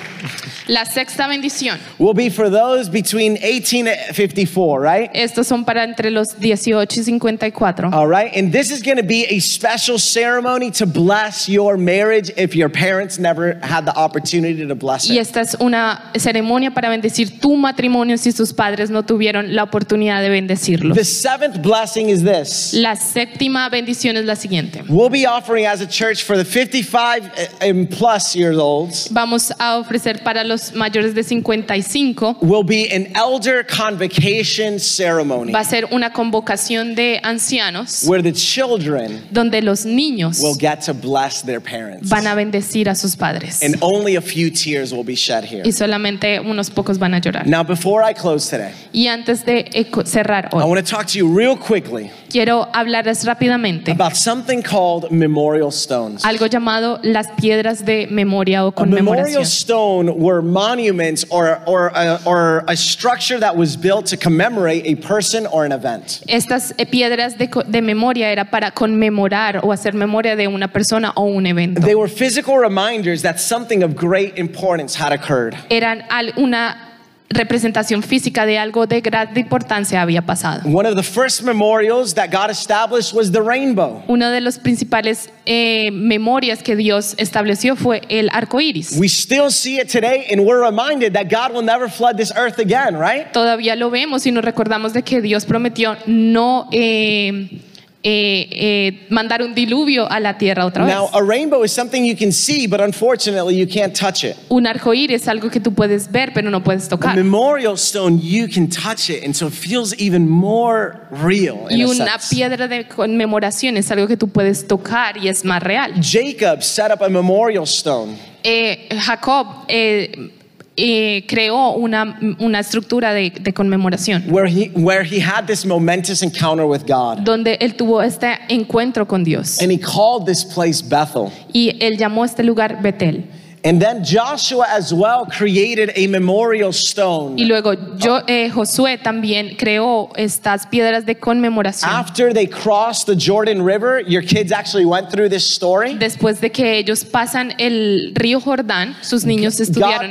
La sexta bendición. will be for those between 18 and 54, right? Estos son para entre los 18 y 54. All right, and this is going to be a special ceremony to bless your marriage if your parents never had the opportunity to bless Y it. esta es una ceremonia para bendecir tu matrimonio si tus padres no tuvieron la oportunidad de bendecirlo. The seventh blessing is this. La séptima bendición es la siguiente. We'll be offering as a church for the 55 and plus years olds Vamos a ofrecer para los mayores de 55. will be an elder convocation ceremony Va a ser una convocación de ancianos where the children donde los niños will get to bless their parents. van a bendecir a sus padres And only a few tears will be shed here. y solamente unos pocos van a llorar. Now, before I close today, Y antes de eh, co- cerrar I hoy, want to talk to you real quickly quiero hablarles rápidamente about something called memorial stones. algo llamado las piedras de memoria o A memorial conmemoración. stone were monuments or, or, a, or a structure that was built to commemorate a person or an event. Estas eh, piedras de, co- de memoria era para conmemorar o hacer memoria de una persona o un evento. They were physical reminders that something of great importance had occurred. Eran al- una representación física de algo de gran importancia había pasado. One of the first memorials that God established was the rainbow. Uno de los principales eh, memorias que Dios estableció fue el arco iris. We still see it today, and we're reminded that God will never flood this earth again, right? Todavía lo vemos y nos recordamos de que Dios prometió no eh, eh, eh, mandar un diluvio a la tierra otra vez. Now, a rainbow is something you can see, but unfortunately, you can't touch it. un arco iris es algo que tú puedes ver pero no puedes A tocar. memorial stone, you can touch it, and so it feels even more real. In Y a una sense. piedra de conmemoración es algo que tú puedes tocar y es más real. Jacob set up a memorial stone. Eh, Jacob eh, eh, creó una, una estructura de, de conmemoración where he where he had this momentous encounter with God. donde él tuvo este encuentro con Dios And he called this place Bethel. y él llamó este lugar Betel. And then Joshua as well created a memorial stone. Y luego yo, eh, Josué también creó estas piedras de conmemoración. After they crossed the Jordan River, your kids actually went through this story. Después de que ellos pasan el río Jordán, sus niños estudiaron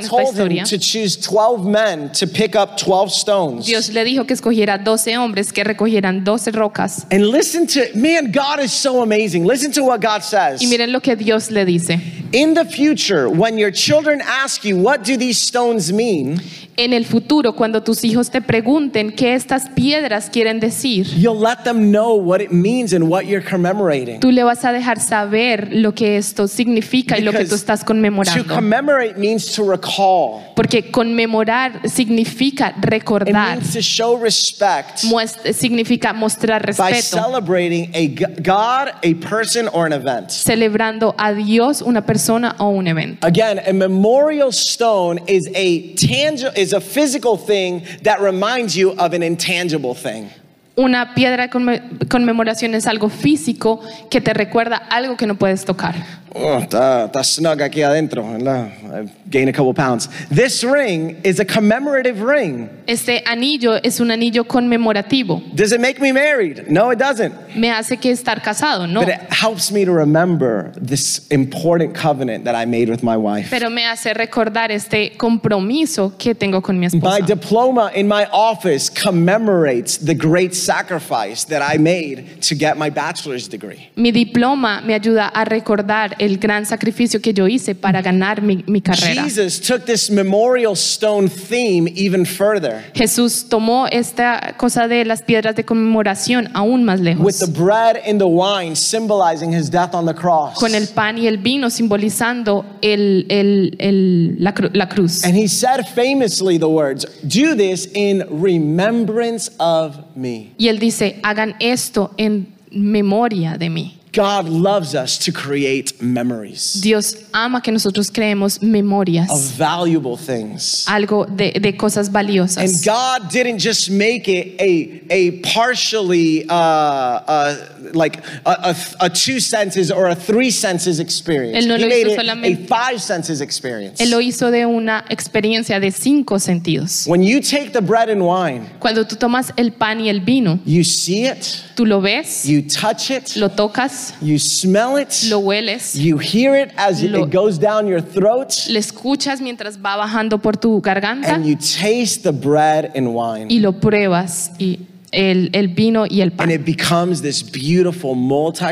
God esta told him historia. to choose 12 men to pick up 12 stones. Dios le dijo que escogiera 12 hombres que recogieran 12 rocas. And listen to, man, God is so amazing. Listen to what God says. Y miren lo que Dios le dice. In the future, when your children ask you, what do these stones mean? En el futuro, cuando tus hijos te pregunten qué estas piedras quieren decir, You'll let them know what it means and what you're commemorating. tú le vas a dejar saber lo que esto significa y lo que tú Because estás To conmemorando. commemorate means to recall. Porque conmemorar significa It recordar, means to show respect muest- significa mostrar by respeto, celebrating a g- god, a person, or an event. celebrando a Dios, una persona o un evento. Again, a memorial stone is a tangible is a physical thing that reminds you of an intangible thing. Una piedra de conme- conmemoración es algo físico que te recuerda algo que no puedes tocar. Oh, está, está snug aquí adentro. ¿verdad? I've gained a couple pounds. This ring is a commemorative ring. Este anillo es un anillo conmemorativo. Does it make me married? No, it doesn't. Me hace que estar casado, ¿no? But it helps me to remember this important covenant that I made with my wife. pero me hace recordar este compromiso que tengo con mi My esposa. diploma in my office commemorates the great sacrifice that I made to get my bachelor's degree. Mi diploma me ayuda a recordar el gran sacrificio que yo hice para ganar mi, mi carrera. Jesus took this memorial stone theme even further. Jesús tomó esta cosa de las piedras de conmemoración aún más With lejos, the bread and the wine symbolizing his death on the cross. con el pan y el vino simbolizando el- el- el- la, cru- la cruz. And he said famously the words, Do this in remembrance of me. Y él dice, hagan esto en memoria de mí. God loves us to create memories Dios ama que nosotros creemos of memorias, valuable things. algo de, de cosas And valiosas. God didn't just make it a a partially uh, uh, like a, a, a two senses or a three senses experience. Él no he lo made hizo it a solamente- five senses experience. Él lo hizo de una experiencia de cinco sentidos. When you take the bread and wine, Cuando tú tomas el pan y el vino, you see it, tú lo ves, you touch it, lo tocas, you smell it, lo hueles, you hear it as Lo- it goes down your throat, lo escuchas mientras va bajando por tu garganta and you taste the bread and wine. y lo pruebas y el, el vino y el And pan. it becomes this beautiful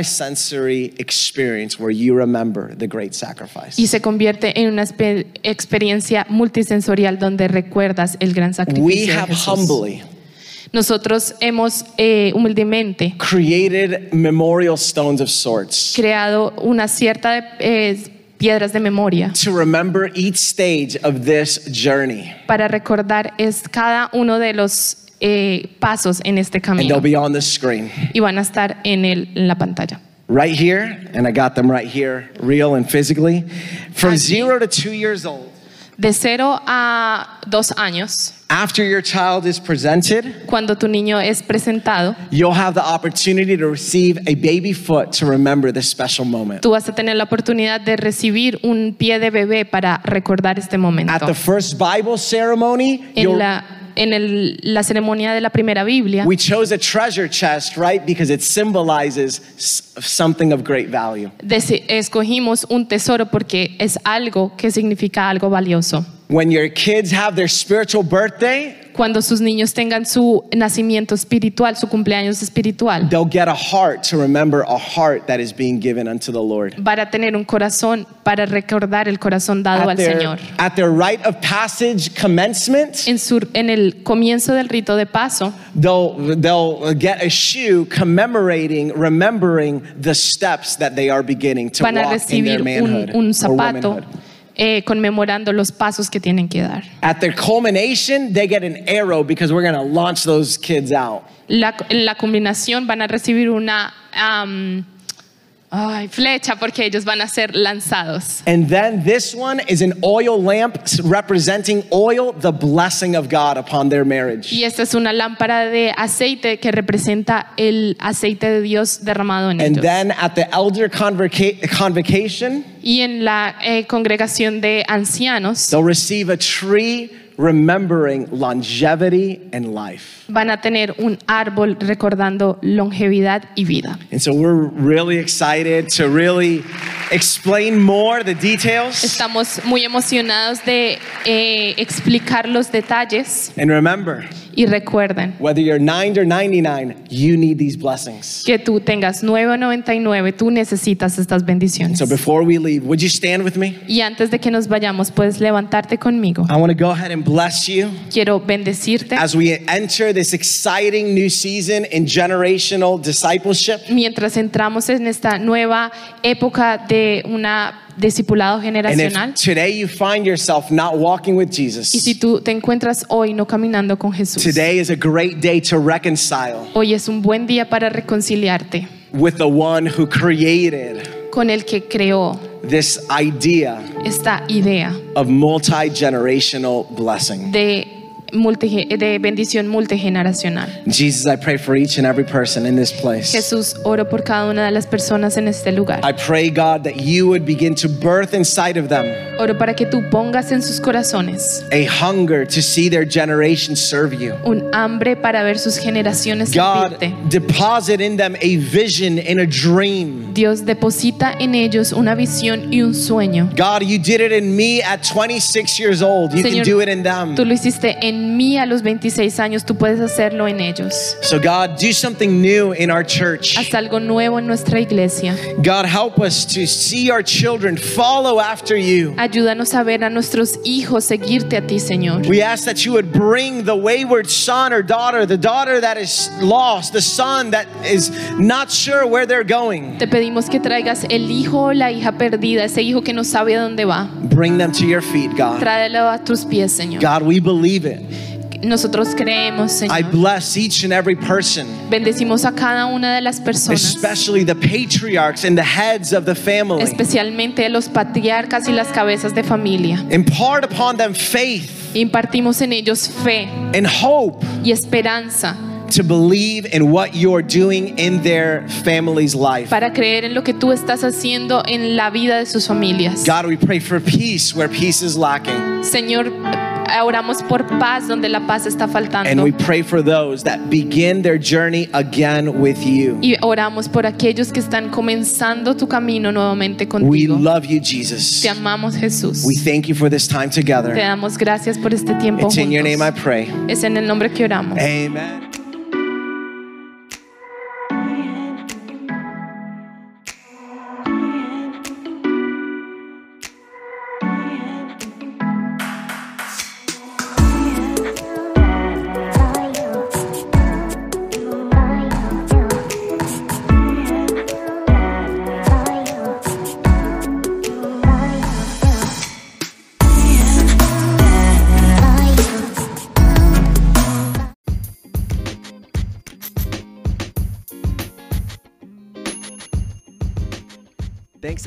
multisensory experience where you remember the great sacrifice. Y se convierte en una espe- experiencia multisensorial donde recuerdas el gran We sacrificio. de have Jesús. humbly Nosotros hemos eh, humildemente created memorial stones of sorts creado una cierta de- eh, piedras de memoria to remember each stage of this journey. para recordar es cada uno de los eh, pasos en este And they'll camino be on the screen y van a estar en, el, en la pantalla. right here. And I got them right here, real and physically. From Aquí. zero to two years old, De 0 a 2 años, after your child is presented, cuando tu niño es presentado, you'll have the opportunity to receive a baby foot to remember this special moment. tú vas a tener la oportunidad de recibir un pie de bebé para recordar este momento. At the first Bible ceremony, En, you'll- la, en el- la ceremonia de la primera Biblia, we chose a treasure chest, right? Because it symbolizes s- something of great value. deci- escogimos un tesoro porque es algo que significa algo valioso. When your kids have their spiritual birthday, Cuando sus niños tengan su nacimiento espiritual, su cumpleaños espiritual, they'll get a heart to remember a heart that is being given unto the Lord. van a tener un corazón para recordar el corazón dado At al their, Señor. at their rite of passage commencement, En, su- en el comienzo del rito de paso, they'll, they'll get a shoe commemorating, remembering the steps that they are beginning to van a walk in their recibir un, manhood un or zapato womanhood. eh, conmemorando los pasos que tienen que dar. At their culmination, they get an arrow because we're going to launch those kids out. La, en la combinación van a recibir una am, ay, flecha porque ellos van a ser lanzados. And then this one is an oil lamp s- representing oil, the blessing of God upon their marriage. Y esta es una lámpara de aceite que representa el aceite de Dios derramado en And ellos. then at the elder convoca- convocation, y en la eh, congregación de ancianos they'll receive a tree remembering longevity and life. van a tener un árbol recordando longevidad y vida. And so we're really excited to really explain more the details. Estamos muy emocionados de eh, explicar los detalles And remember, y recuerden whether you're 9 or 99, you need these blessings. que tú tengas 9.99, tú necesitas estas bendiciones. So before we leave, would you stand with me? Y antes de que nos vayamos, puedes levantarte conmigo. I want to go ahead and bless you Quiero bendecirte as we enter this exciting new season in generational discipleship. mientras entramos en esta nueva época de un discipulado And generacional. if today you find yourself not walking with Y si Jesus, tú te encuentras hoy no caminando con Jesús, today is a great day to reconcile hoy es un buen día para reconciliarte with the one who created con el que creó this idea esta idea of multi generational blessing. de, multi- de bendición multigeneracional. Jesus, I pray for each and every person in this place. Jesús, oro por cada una de las personas en este lugar. I pray, God, that you would begin to birth inside of them Oro para que tú pongas en sus corazones a hunger to see their generation serve you. un hambre para ver sus generaciones servirte. God, deposit in them a vision and a dream. Dios deposita en ellos una visión y un sueño. God, you did it in me at 26 years old. You can Señor, do it in them. Tú lo hiciste en mí a los 26 años, tú puedes hacerlo en ellos. So, God, do something new in our church. Haz algo nuevo en nuestra iglesia. God, help us to see our children follow after you. Ayúdanos a ver a nuestros hijos seguirte a ti, Señor. We ask that you would bring the wayward son or daughter, the daughter that is lost, the son that is not sure where they're going. Te pedimos que traigas el hijo o la hija perdida, ese hijo que no sabe a dónde va. Bring them to your feet, God. Tráelo a tus pies, Señor. God, we believe it. Nosotros creemos, I Señor. bless each and every person, Bendecimos a cada una de las personas, especially the patriarchs and the heads of the family. especialmente a los patriarcas y las cabezas de familia. Impart upon them faith Impartimos en ellos fe and hope y esperanza to believe in what you're doing in their family's life. para creer en lo que tú estás haciendo en la vida de sus familias. God, we pray for peace where peace is lacking. Señor, oramos por paz donde la paz está And faltando. we pray for those that begin their journey again with you. Y oramos por aquellos que están comenzando tu camino nuevamente We contigo. love you, Jesus. Te amamos, Jesús. We thank you for this time Te together. damos gracias por este tiempo It's in your name I juntos. pray. Es en el nombre que oramos. Amen. Thanks